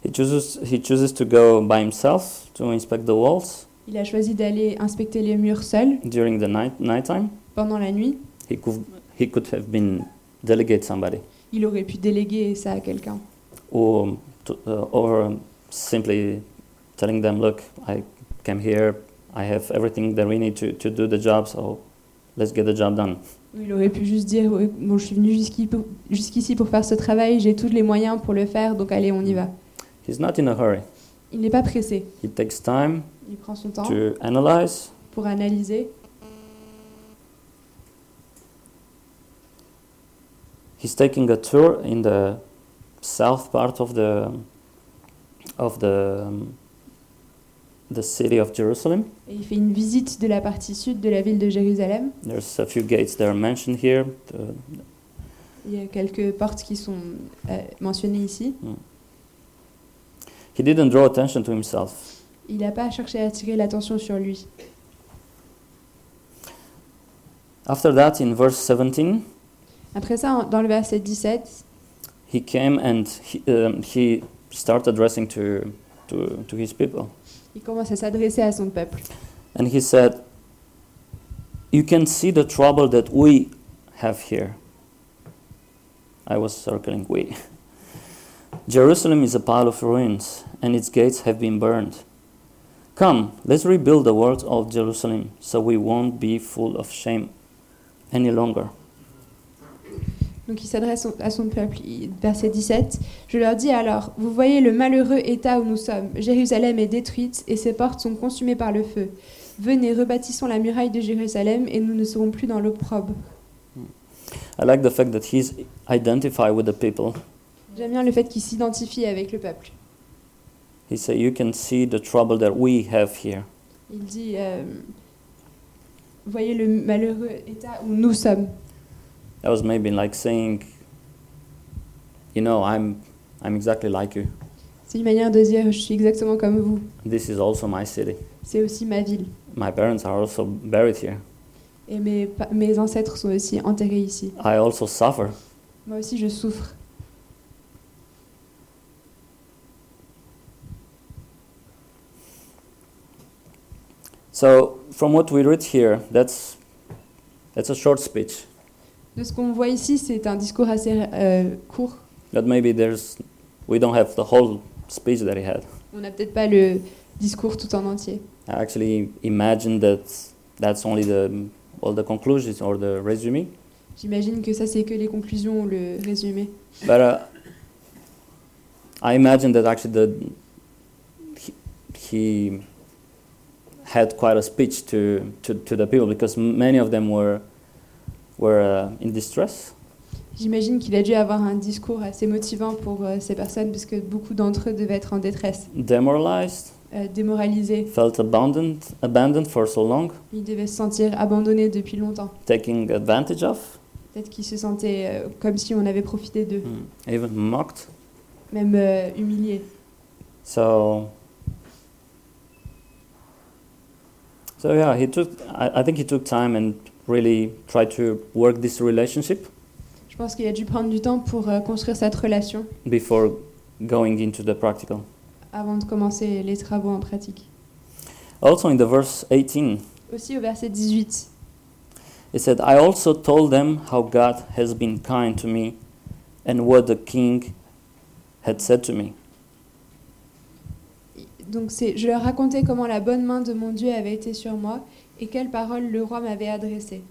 Speaker 3: He chooses, he chooses to go by himself to inspect the walls
Speaker 2: Il a choisi d'aller inspecter les murs seul
Speaker 3: during the night nighttime.
Speaker 2: pendant la nuit.
Speaker 3: He could, he could have been delegate somebody
Speaker 2: Il aurait pu déléguer ça à quelqu'un.
Speaker 3: or, to, uh, or um, simply telling them, look, I came here, I have everything that we need to, to do the job, so let's get the job done.
Speaker 2: Ou Il aurait pu juste dire Oui, bon, je suis venu jusqu'ici pour- jusqu'ici pour faire ce travail, j'ai tous les moyens pour le faire, donc allez, on y va.
Speaker 3: He's not in a hurry.
Speaker 2: Il n'est pas pressé.
Speaker 3: He takes time
Speaker 2: Il prend son temps
Speaker 3: to analyze,
Speaker 2: pour analyser.
Speaker 3: he's taking a tour in the south part of the of the um, the city of Jerusalem.
Speaker 2: Et il fait une visite de la partie sud de la ville de Jérusalem.
Speaker 3: There's a few gates that are mentioned here. The-
Speaker 2: Il y a quelques portes qui sont euh, mentionnées ici.
Speaker 3: he didn't draw attention to himself.
Speaker 2: Il n'a pas cherché à attirer l'attention sur lui.
Speaker 3: After that, in verse 17,
Speaker 2: Après ça, en- dans le verset 17,
Speaker 3: he came and he, um, he started addressing to, to to his people,
Speaker 2: il commence à s'adresser à son peuple.
Speaker 3: and he said, "You can see the trouble that we have here." I was circling we. Jerusalem is a pile of ruins, and its gates have been burned. Come, let's rebuild the walls of Jerusalem, so we won't be full of shame any longer.
Speaker 2: Donc il s'adresse au- à son peuple, Il- verset 17. Je leur dis alors, vous voyez le malheureux état où nous sommes. Jérusalem est détruite et ses portes sont consumées par le feu. Venez, rebâtissons la muraille de Jérusalem et nous ne serons plus dans l'opprobre.
Speaker 3: I like the fact that he's identified with the people.
Speaker 2: J'aime bien le fait qu'il s'identifie avec le peuple.
Speaker 3: He said, "You can see the trouble that we have here."
Speaker 2: Il dit, euh, vous voyez le malheureux état où nous sommes.
Speaker 3: That was maybe like saying, you know, I'm, I'm exactly like you.
Speaker 2: C'est une manière de dire, je suis exactement comme vous.
Speaker 3: This is also my city.
Speaker 2: C'est aussi ma ville.
Speaker 3: My parents are also buried here.
Speaker 2: Et mes, pa- mes ancêtres sont aussi enterrés ici.
Speaker 3: I also suffer.
Speaker 2: Moi aussi, je souffre.
Speaker 3: So, from what we read here, that's, that's a short speech.
Speaker 2: De ce qu'on voit ici, c'est un discours assez euh, court.
Speaker 3: But maybe there's, we don't have the whole speech that he had.
Speaker 2: On n'a peut-être pas le discours tout en entier.
Speaker 3: I actually imagine that that's only the, all the conclusions or the resume.
Speaker 2: J'imagine que ça, c'est que les conclusions ou le résumé.
Speaker 3: But uh, I imagine that actually the, he, he had quite a speech to, to, to the people because many of them were, were uh, in distress.
Speaker 2: J'imagine qu'il a dû avoir un discours assez motivant pour euh, ces personnes, parce que beaucoup d'entre eux devaient être en détresse,
Speaker 3: Demoralized,
Speaker 2: euh, démoralisés.
Speaker 3: felt abandoned, abandoned for so long,
Speaker 2: Ils devaient se sentir abandonnés depuis longtemps,
Speaker 3: taking advantage of,
Speaker 2: Peut-être qu'ils se sentaient euh, comme si on avait profité d'eux,
Speaker 3: Mm. even mocked.
Speaker 2: même euh, humiliés.
Speaker 3: So, so yeah, he took. I, I think he took time and really tried to work this relationship
Speaker 2: Je pense qu'il a dû prendre du temps pour euh, construire cette relation
Speaker 3: before going into the practical.
Speaker 2: avant de commencer les travaux en pratique.
Speaker 3: Also, in the verse 18,
Speaker 2: Aussi au verset 18,
Speaker 3: He said, I also told them how God has been kind to me and what the king had said to me.
Speaker 2: donc c'est je leur racontais comment la bonne main de mon Dieu avait été sur moi et quelles paroles le roi m'avait adressées.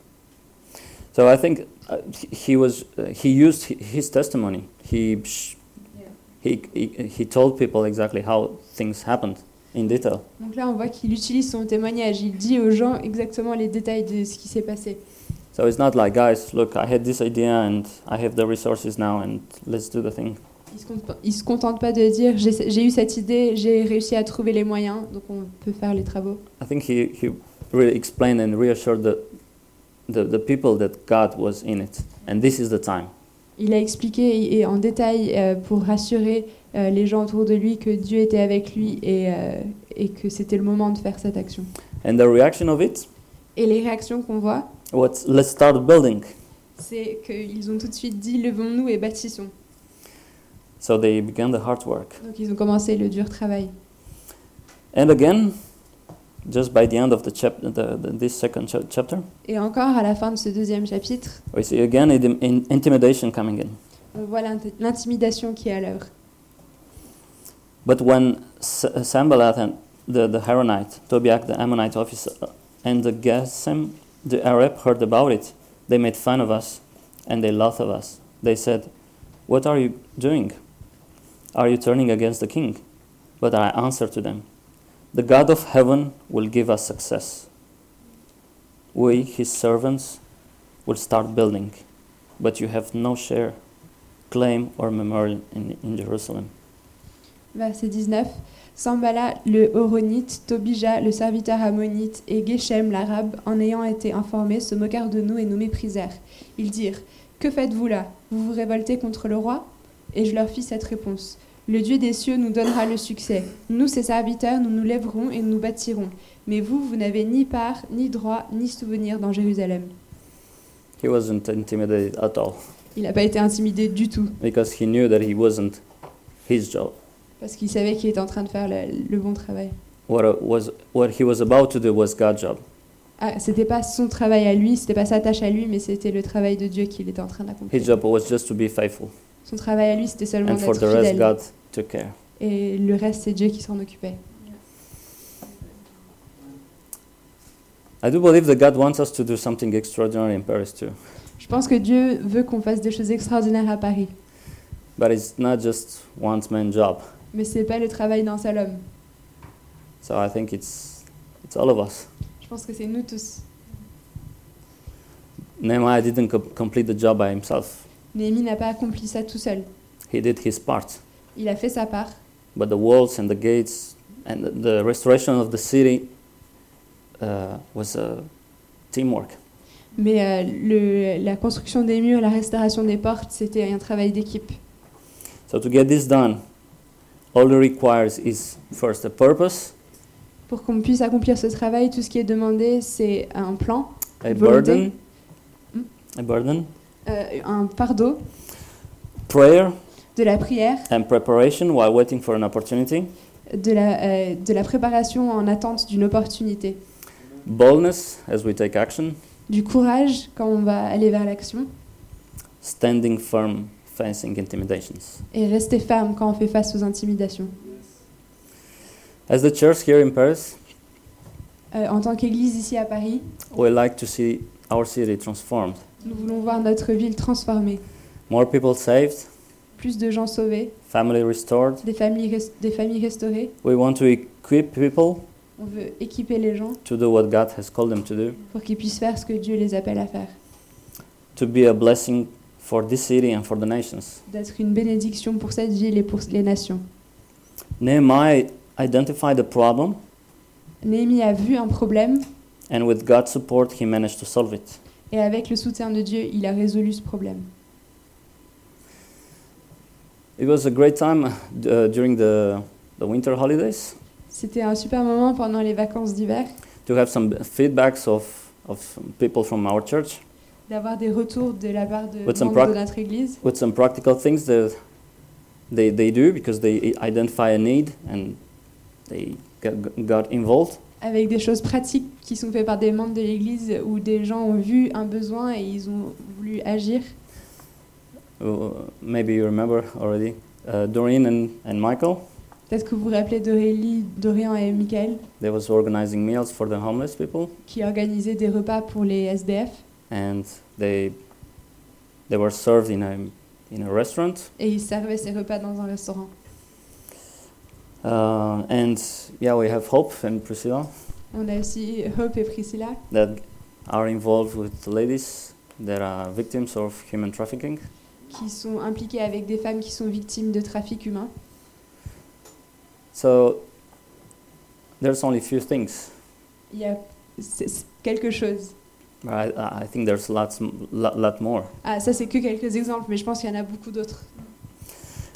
Speaker 3: So I think uh, he- he was uh, he used hi- his testimony. He, sh-
Speaker 2: Yeah.
Speaker 3: he he he told people exactly how things happened in detail.
Speaker 2: Donc là, on voit qu'il utilise son témoignage. Il dit aux gens exactement les détails de ce qui s'est passé.
Speaker 3: So it's not like guys, look, I had this idea and I have the resources now and let's do the thing.
Speaker 2: Il se, contente- il se contente pas de dire j'ai j'ai eu cette idée, j'ai réussi à trouver les moyens, donc on peut faire les travaux.
Speaker 3: I think he he really explained and reassured the the, the people that God was in it and this is the time.
Speaker 2: Il a expliqué et en détail euh, pour rassurer euh, les gens autour de lui que Dieu était avec lui et, euh, et que c'était le moment de faire cette action.
Speaker 3: And the reaction of it
Speaker 2: Et les réactions qu'on voit,
Speaker 3: What's, let's start building.
Speaker 2: c'est qu'ils ont tout de suite dit levons-nous et bâtissons.
Speaker 3: So they began the hard work.
Speaker 2: Donc ils ont commencé le dur travail.
Speaker 3: And again, just by the end of the chap- the, the, this second cha- chapter,
Speaker 2: Et encore à la fin de ce deuxième chapitre,
Speaker 3: we see again in, in- intimidation coming in.
Speaker 2: on voit l'int- l'intimidation qui est à l'œuvre.
Speaker 3: But when S- Sanballat and the, the Haronite, Tobiah the Ammonite officer, and the Gesem the Arab heard about it, they made fun of us and they laughed at us. They said, What are you doing? Are you turning against the king? But I answered to them, The God of heaven will give us success. We, his servants, will start building, but you have no share, claim, or memorial in, in Jerusalem.
Speaker 2: Verset 19. Sambala, le Horonite, Tobija, le serviteur ammonite et Geshem, l'arabe, en ayant été informés, se moquèrent de nous et nous méprisèrent. Ils dirent Que faites-vous là Vous vous révoltez contre le roi Et je leur fis cette réponse Le Dieu des cieux nous donnera le succès. Nous, ses serviteurs, nous nous lèverons et nous nous bâtirons. Mais vous, vous n'avez ni part, ni droit, ni souvenir dans Jérusalem.
Speaker 3: He wasn't intimidated at all
Speaker 2: Il n'a pas été intimidé du tout,
Speaker 3: because he knew that he wasn't his job.
Speaker 2: parce qu'il savait qu'il était en train de faire le, le bon travail.
Speaker 3: What, uh, was, what he was about to do was God's job.
Speaker 2: Ah, c'était pas son travail à lui, c'était pas sa tâche à lui, mais c'était le travail de Dieu qu'il était en train
Speaker 3: His
Speaker 2: d'accomplir.
Speaker 3: job was just to be faithful.
Speaker 2: Son travail à lui, c'était seulement
Speaker 3: And for
Speaker 2: d'être
Speaker 3: the rest,
Speaker 2: fidèle.
Speaker 3: God took care.
Speaker 2: Et le reste, c'est Dieu qui s'en occupait.
Speaker 3: I do believe that God wants us to do something extraordinary in Paris too.
Speaker 2: Je pense que Dieu veut qu'on fasse des choses extraordinaires à Paris,
Speaker 3: But it's not just one man job.
Speaker 2: mais c'est pas le travail d'un seul homme.
Speaker 3: So I think it's, it's all of us.
Speaker 2: Je pense que c'est nous tous.
Speaker 3: Nehemiah didn't co- complete the job by himself,
Speaker 2: Néhémie n'a pas accompli ça tout seul.
Speaker 3: he did his part.
Speaker 2: Il a fait sa part,
Speaker 3: But the walls and the gates and the- the restoration of the city uh, was a teamwork.
Speaker 2: mais euh, le- la construction des murs, la restauration des portes, c'était un travail d'équipe.
Speaker 3: So to get this done, all it requires is first a purpose,
Speaker 2: Pour qu'on puisse accomplir ce travail, tout ce qui est demandé, c'est un plan,
Speaker 3: a
Speaker 2: Volonté.
Speaker 3: burden,
Speaker 2: Hmm?
Speaker 3: a burden,
Speaker 2: euh, un fardeau,
Speaker 3: prayer
Speaker 2: de la prière,
Speaker 3: and preparation while waiting for an opportunity,
Speaker 2: de la, euh, de la préparation en attente d'une opportunité,
Speaker 3: boldness as we take action,
Speaker 2: du courage quand on va aller vers l'action
Speaker 3: standing firm facing intimidations.
Speaker 2: et rester ferme quand on fait face aux intimidations.
Speaker 3: As the church here in Paris,
Speaker 2: Euh, en tant qu'Église ici à Paris,
Speaker 3: we like to see our city transformed,
Speaker 2: nous voulons voir notre ville transformée,
Speaker 3: more people saved,
Speaker 2: plus de gens sauvés,
Speaker 3: family restored.
Speaker 2: des familles, res- des familles restaurées.
Speaker 3: We want to equip people
Speaker 2: On veut équiper les gens
Speaker 3: to do what God has called them to do,
Speaker 2: pour qu'ils puissent faire ce que Dieu les appelle à faire,
Speaker 3: to be a blessing for this city and for the nations.
Speaker 2: d'être une bénédiction pour cette ville et pour les nations.
Speaker 3: Nehemiah identified the problem,
Speaker 2: Néhémie a vu un problème
Speaker 3: and with God's support, he managed to solve it.
Speaker 2: Et avec le soutien de Dieu, il a résolu ce problème.
Speaker 3: It was a great time uh, during the, the winter holidays
Speaker 2: C'était un super moment pendant les vacances d'hiver
Speaker 3: to have some feedbacks of, of people from our church
Speaker 2: d'avoir des retours de la part de
Speaker 3: What's in
Speaker 2: membres de
Speaker 3: proc-
Speaker 2: notre église
Speaker 3: with some practical things that they, they do because they identify a need and they got, got involved.
Speaker 2: avec des choses pratiques qui sont faites par des membres de l'église où des gens ont vu un besoin et ils ont voulu agir.
Speaker 3: Uh, maybe you remember already uh, Doreen and, and Michael.
Speaker 2: Peut-être que vous vous rappelez d'Aurélie, Dorian et Michael
Speaker 3: They was organizing meals for the homeless people
Speaker 2: qui organisaient des repas pour les SDF
Speaker 3: and they they were served in a in a restaurant.
Speaker 2: et ils servaient ces repas dans un restaurant.
Speaker 3: Uh, and yeah, we have Hope and Priscilla
Speaker 2: On a aussi Hope et Priscilla
Speaker 3: that are involved with ladies that are victims of human trafficking.
Speaker 2: qui sont impliquées avec des femmes qui sont victimes de trafic humain.
Speaker 3: So there's only a few things.
Speaker 2: Il y a c'est- c'est quelque chose.
Speaker 3: but I, I think there's lots m- lot, lot more.
Speaker 2: Ah, ça c'est que quelques exemples, mais je pense qu'il y en a beaucoup d'autres.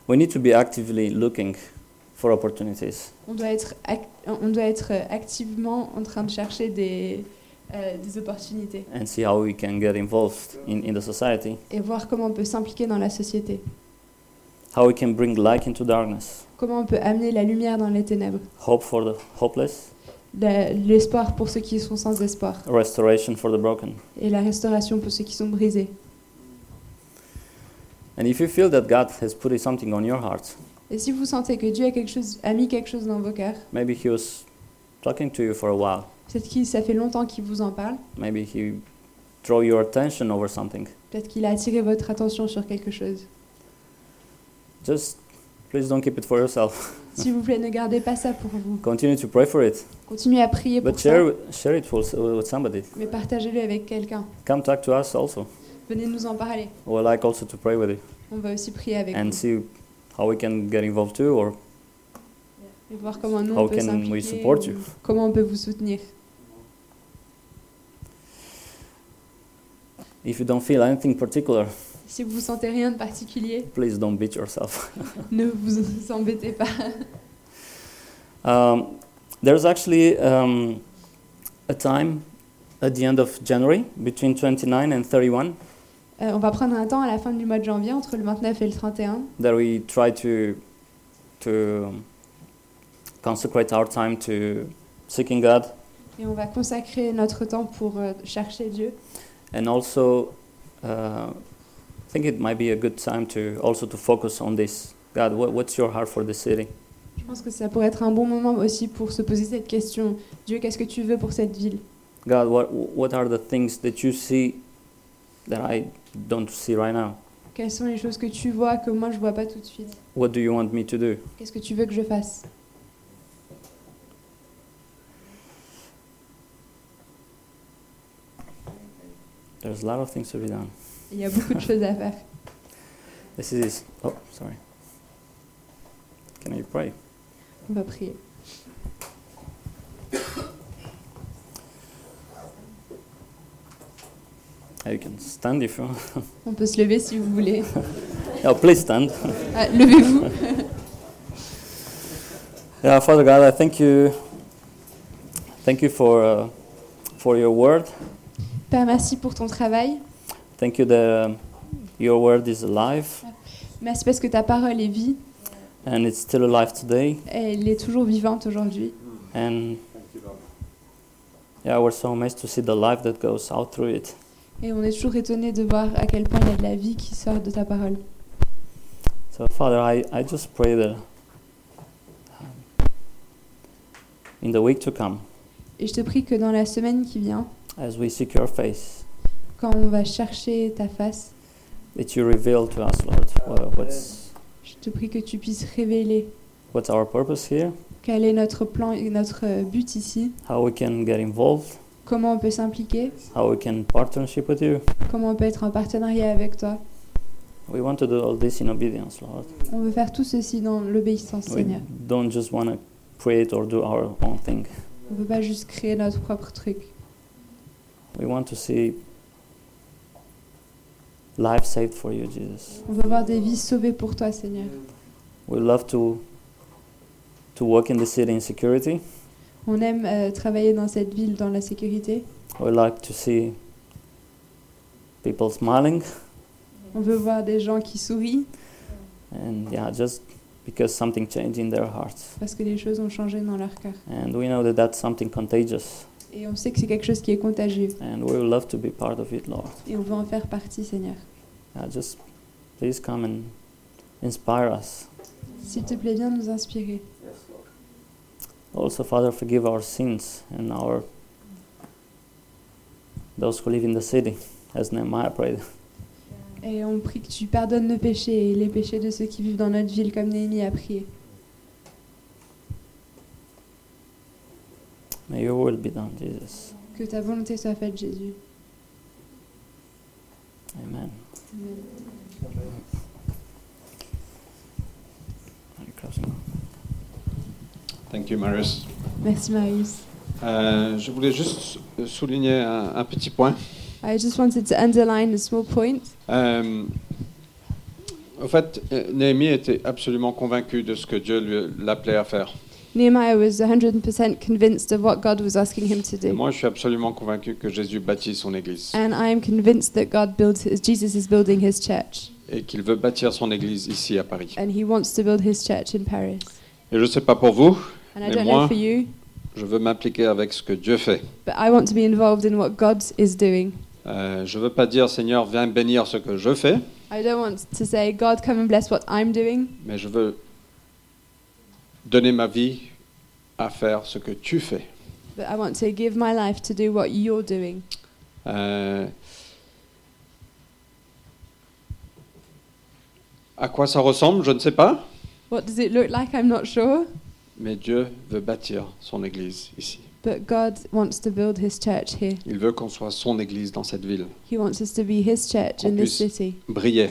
Speaker 3: We need to be actively looking for opportunities.
Speaker 2: On doit être, ac- on doit être euh, activement en train de chercher des, euh, des opportunités
Speaker 3: and see how we can get involved in, in the society,
Speaker 2: et voir comment on peut s'impliquer dans la société,
Speaker 3: how we can bring light into darkness,
Speaker 2: comment on peut amener la lumière dans les ténèbres,
Speaker 3: hope for the hopeless,
Speaker 2: la- l'espoir pour ceux qui sont sans espoir
Speaker 3: restoration for the broken.
Speaker 2: et la restauration pour ceux qui sont brisés.
Speaker 3: And if you feel that God has put something on your heart,
Speaker 2: Et si vous sentez que Dieu a, quelque chose, a mis quelque chose dans vos cœurs,
Speaker 3: maybe He was talking to you for a while,
Speaker 2: peut-être que ça fait longtemps qu'il vous en parle,
Speaker 3: maybe He drew your attention over something.
Speaker 2: peut-être qu'il a attiré votre attention sur quelque chose.
Speaker 3: Just please don't keep it for yourself.
Speaker 2: S'il vous plaît, ne gardez pas ça pour vous.
Speaker 3: Continue to pray for it,
Speaker 2: Continuez à prier pour
Speaker 3: but
Speaker 2: ça,
Speaker 3: share wi- share it with, with somebody.
Speaker 2: mais partagez-le avec quelqu'un.
Speaker 3: Come talk to us also.
Speaker 2: Venez nous en parler.
Speaker 3: We like also to pray with you
Speaker 2: On va aussi prier avec
Speaker 3: and
Speaker 2: vous
Speaker 3: see how we can get involved too, or
Speaker 2: et voir comment nous
Speaker 3: how
Speaker 2: on peut
Speaker 3: can
Speaker 2: s'impliquer,
Speaker 3: we support you?
Speaker 2: ou comment on peut vous soutenir.
Speaker 3: if you don't feel anything particular,
Speaker 2: Si vous sentez rien de particulier,
Speaker 3: please don't beat yourself.
Speaker 2: ne vous embêtez pas.
Speaker 3: Um, there's actually um, a time at the end of January between 29 and 31
Speaker 2: Euh, on va prendre un temps à la fin du mois de janvier, entre le 29 et le 31,
Speaker 3: that we try to to um, consecrate our time to seeking God
Speaker 2: et on va consacrer notre temps pour euh, chercher Dieu.
Speaker 3: and also uh, I think it might be a good time to also to focus on this. God, what, what's your heart for the city?
Speaker 2: Je pense que ça pourrait être un bon moment aussi pour se poser cette question. Dieu, qu'est-ce que tu veux pour cette ville
Speaker 3: God, what what are the things that you see that I don't see right now?
Speaker 2: Quelles sont les choses que tu vois que moi je vois pas tout de suite
Speaker 3: What do you want me to do?
Speaker 2: Qu'est-ce que tu veux que je fasse
Speaker 3: There's a lot of things to be done.
Speaker 2: Il y a beaucoup de choses à faire.
Speaker 3: This is. Oh, sorry. Can I pray?
Speaker 2: On va prier.
Speaker 3: Uh, You can stand if you want.
Speaker 2: On peut se lever si vous voulez.
Speaker 3: Oh, please stand.
Speaker 2: Ah, Levez-vous.
Speaker 3: Yeah, Father God, I thank you. Thank you for uh, for your word.
Speaker 2: Père, merci pour ton travail.
Speaker 3: Thank you that um, your word is alive
Speaker 2: Merci parce que ta parole est vie.
Speaker 3: and it's still alive today.
Speaker 2: Elle est toujours vivante aujourd'hui.
Speaker 3: And yeah, we're so amazed to see the life that goes out through it.
Speaker 2: Et on est toujours étonné de voir à quel point il y a de la vie qui sort de ta parole.
Speaker 3: So, Father, I, I just pray that um, in the week to come,
Speaker 2: Et je te prie que dans la semaine qui vient,
Speaker 3: as we seek your face,
Speaker 2: quand on va chercher ta face,
Speaker 3: that you reveal to us, Lord, wha- what's
Speaker 2: je te prie que tu puisses révéler
Speaker 3: what's our purpose here,
Speaker 2: quel est notre plan et notre euh, but ici,
Speaker 3: how we can get involved,
Speaker 2: comment on peut s'impliquer,
Speaker 3: how we can partnership with you.
Speaker 2: comment on peut être en partenariat avec toi.
Speaker 3: We want to do all this in obedience, Lord.
Speaker 2: On veut faire tout ceci dans l'obéissance,
Speaker 3: We
Speaker 2: Seigneur.
Speaker 3: don't just want to create or do our own thing.
Speaker 2: On ne veut pas juste créer notre propre truc.
Speaker 3: We want to see life saved for you, Jesus.
Speaker 2: On veut voir des vies sauvées pour toi, Seigneur.
Speaker 3: We love to to work in the city in security.
Speaker 2: On aime euh, travailler dans cette ville, dans la sécurité.
Speaker 3: We like to see people smiling,
Speaker 2: On veut voir des gens qui sourient
Speaker 3: and yeah, just because something changed in their hearts.
Speaker 2: parce que les choses ont changé dans leur cœur.
Speaker 3: And we know that that's something contagious,
Speaker 2: Et on sait que c'est quelque chose qui est contagieux.
Speaker 3: and we would love to be part of it, Lord.
Speaker 2: Et on veut en faire partie, Seigneur.
Speaker 3: Yeah, just please come and inspire us.
Speaker 2: S'il te plaît, viens nous inspirer.
Speaker 3: Also, Father, forgive our sins and our those who live in the city, as Nehemiah prayed.
Speaker 2: Et on prie que tu pardonnes nos péchés et les péchés de ceux qui vivent dans notre ville, comme Néhémie a prié.
Speaker 3: May your will be done, Jesus.
Speaker 2: Que ta volonté soit faite, Jésus.
Speaker 3: Amen.
Speaker 2: Amen.
Speaker 3: Are you closing?
Speaker 1: Thank you, Marius.
Speaker 2: Merci, Marius.
Speaker 1: Euh, je voulais juste souligner un, un petit point.
Speaker 2: I just wanted to underline a small point.
Speaker 1: Euh, en fait, euh, Néhémie était absolument convaincu de ce que Dieu lui- l'appelait à faire.
Speaker 2: Nehemiah was 100% convinced of what God was asking him to
Speaker 1: Et
Speaker 2: do.
Speaker 1: moi, je suis absolument convaincu que Jésus bâtit son Église
Speaker 2: And I am convinced that God builds his, Jesus is building his church
Speaker 1: et qu'il veut bâtir son Église ici à Paris.
Speaker 2: and he wants to build his church in Paris.
Speaker 1: Et je ne sais pas pour vous,
Speaker 2: And I
Speaker 1: Mais
Speaker 2: don't
Speaker 1: moi-
Speaker 2: know for you,
Speaker 1: je veux m'impliquer avec ce que Dieu fait.
Speaker 2: but I want to be involved in what God is doing.
Speaker 1: Euh, je ne veux pas dire Seigneur, viens bénir ce que je fais,
Speaker 2: I don't want to say, God, come and bless what I'm doing,
Speaker 1: mais je veux donner ma vie à faire ce que tu fais.
Speaker 2: but I want to give my life to do what you're doing.
Speaker 1: Euh, à quoi ça ressemble, je ne sais pas,
Speaker 2: What does it look like? I'm not sure,
Speaker 1: mais Dieu veut bâtir son Église ici.
Speaker 2: but God wants to build his church here.
Speaker 1: Il veut qu'on soit son Église dans cette ville,
Speaker 2: He wants us to be his church in this
Speaker 1: Qu'on puisse-
Speaker 2: city
Speaker 1: briller,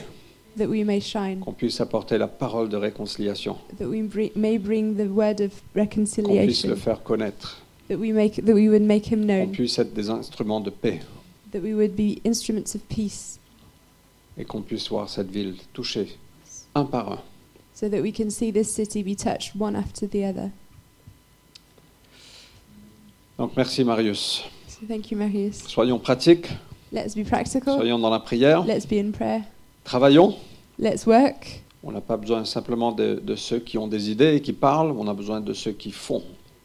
Speaker 2: that we may shine.
Speaker 1: qu'on puisse apporter la parole de réconciliation,
Speaker 2: that we bri- may bring the word of
Speaker 1: qu'on puisse le
Speaker 2: reconciliation,
Speaker 1: faire connaître,
Speaker 2: that we make that we would make him
Speaker 1: qu'on
Speaker 2: known,
Speaker 1: puisse être des instruments de paix
Speaker 2: that we would be instruments of peace,
Speaker 1: et qu'on puisse voir cette ville touchée un par un.
Speaker 2: so that we can see this city be touched one after the other.
Speaker 1: Donc merci Marius.
Speaker 2: So thank you, Marius.
Speaker 1: Soyons pratiques,
Speaker 2: Let's be practical.
Speaker 1: soyons dans la prière,
Speaker 2: Let's be in prayer.
Speaker 1: travaillons.
Speaker 2: Let's work.
Speaker 1: On n'a pas besoin simplement de, de ceux qui ont des idées et qui parlent, on a besoin de ceux qui font.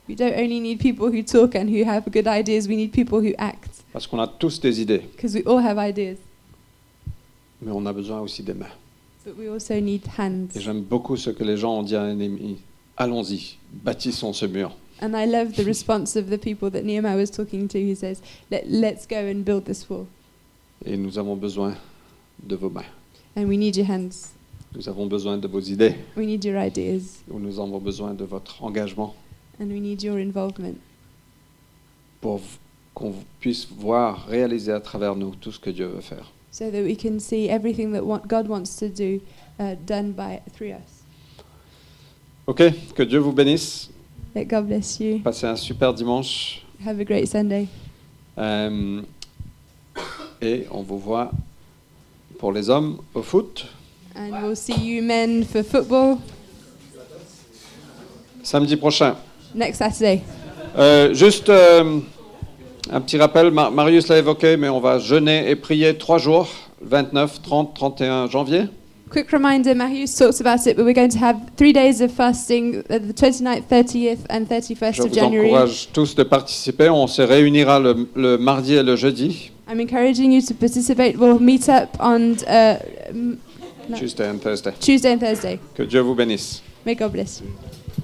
Speaker 2: We don't only need people who talk and who have good ideas. We need people who act,
Speaker 1: Parce qu'on a tous des idées,
Speaker 2: because we all have ideas,
Speaker 1: mais on a besoin aussi des mains.
Speaker 2: but we also need
Speaker 1: Et
Speaker 2: hands.
Speaker 1: j'aime beaucoup ce que les gens ont dit à un ennemi. Allons-y, bâtissons ce mur.
Speaker 2: And I love the response of the people that Nehemiah was talking to, who says, Let, "Let's go and build this wall."
Speaker 1: Et nous avons besoin de vos mains.
Speaker 2: And we need your hands.
Speaker 1: Nous avons besoin de vos idées.
Speaker 2: We need your ideas.
Speaker 1: Ou nous avons besoin de votre engagement
Speaker 2: and we need your involvement
Speaker 1: pour v- qu'on puisse voir, réaliser à travers nous tout ce que Dieu veut faire.
Speaker 2: so that we can see everything that what God wants to do uh, done by through us.
Speaker 1: Ok, que Dieu vous bénisse.
Speaker 2: Let God bless you.
Speaker 1: Passez un super dimanche.
Speaker 2: Have a great Sunday.
Speaker 1: Euh, et on vous voit pour les hommes au foot
Speaker 2: And we'll see you men for football
Speaker 1: samedi prochain.
Speaker 2: next Saturday.
Speaker 1: Euh, juste euh, un petit rappel, Mar- Marius l'a évoqué, mais on va jeûner et prier trois jours, 29, 30, 31 janvier.
Speaker 2: Quick reminder, Marius talked about it, but we're going to have three days of fasting, uh, the 29th, 30th, and 31st
Speaker 1: Je
Speaker 2: of
Speaker 1: vous
Speaker 2: January.
Speaker 1: encourage tous de participer. On se réunira le, le mardi et le jeudi.
Speaker 2: I'm encouraging you to participate. We'll meet up on uh, m- No.
Speaker 1: Tuesday and Thursday.
Speaker 2: Tuesday and Thursday.
Speaker 1: Que Dieu vous bénisse.
Speaker 2: May God bless you.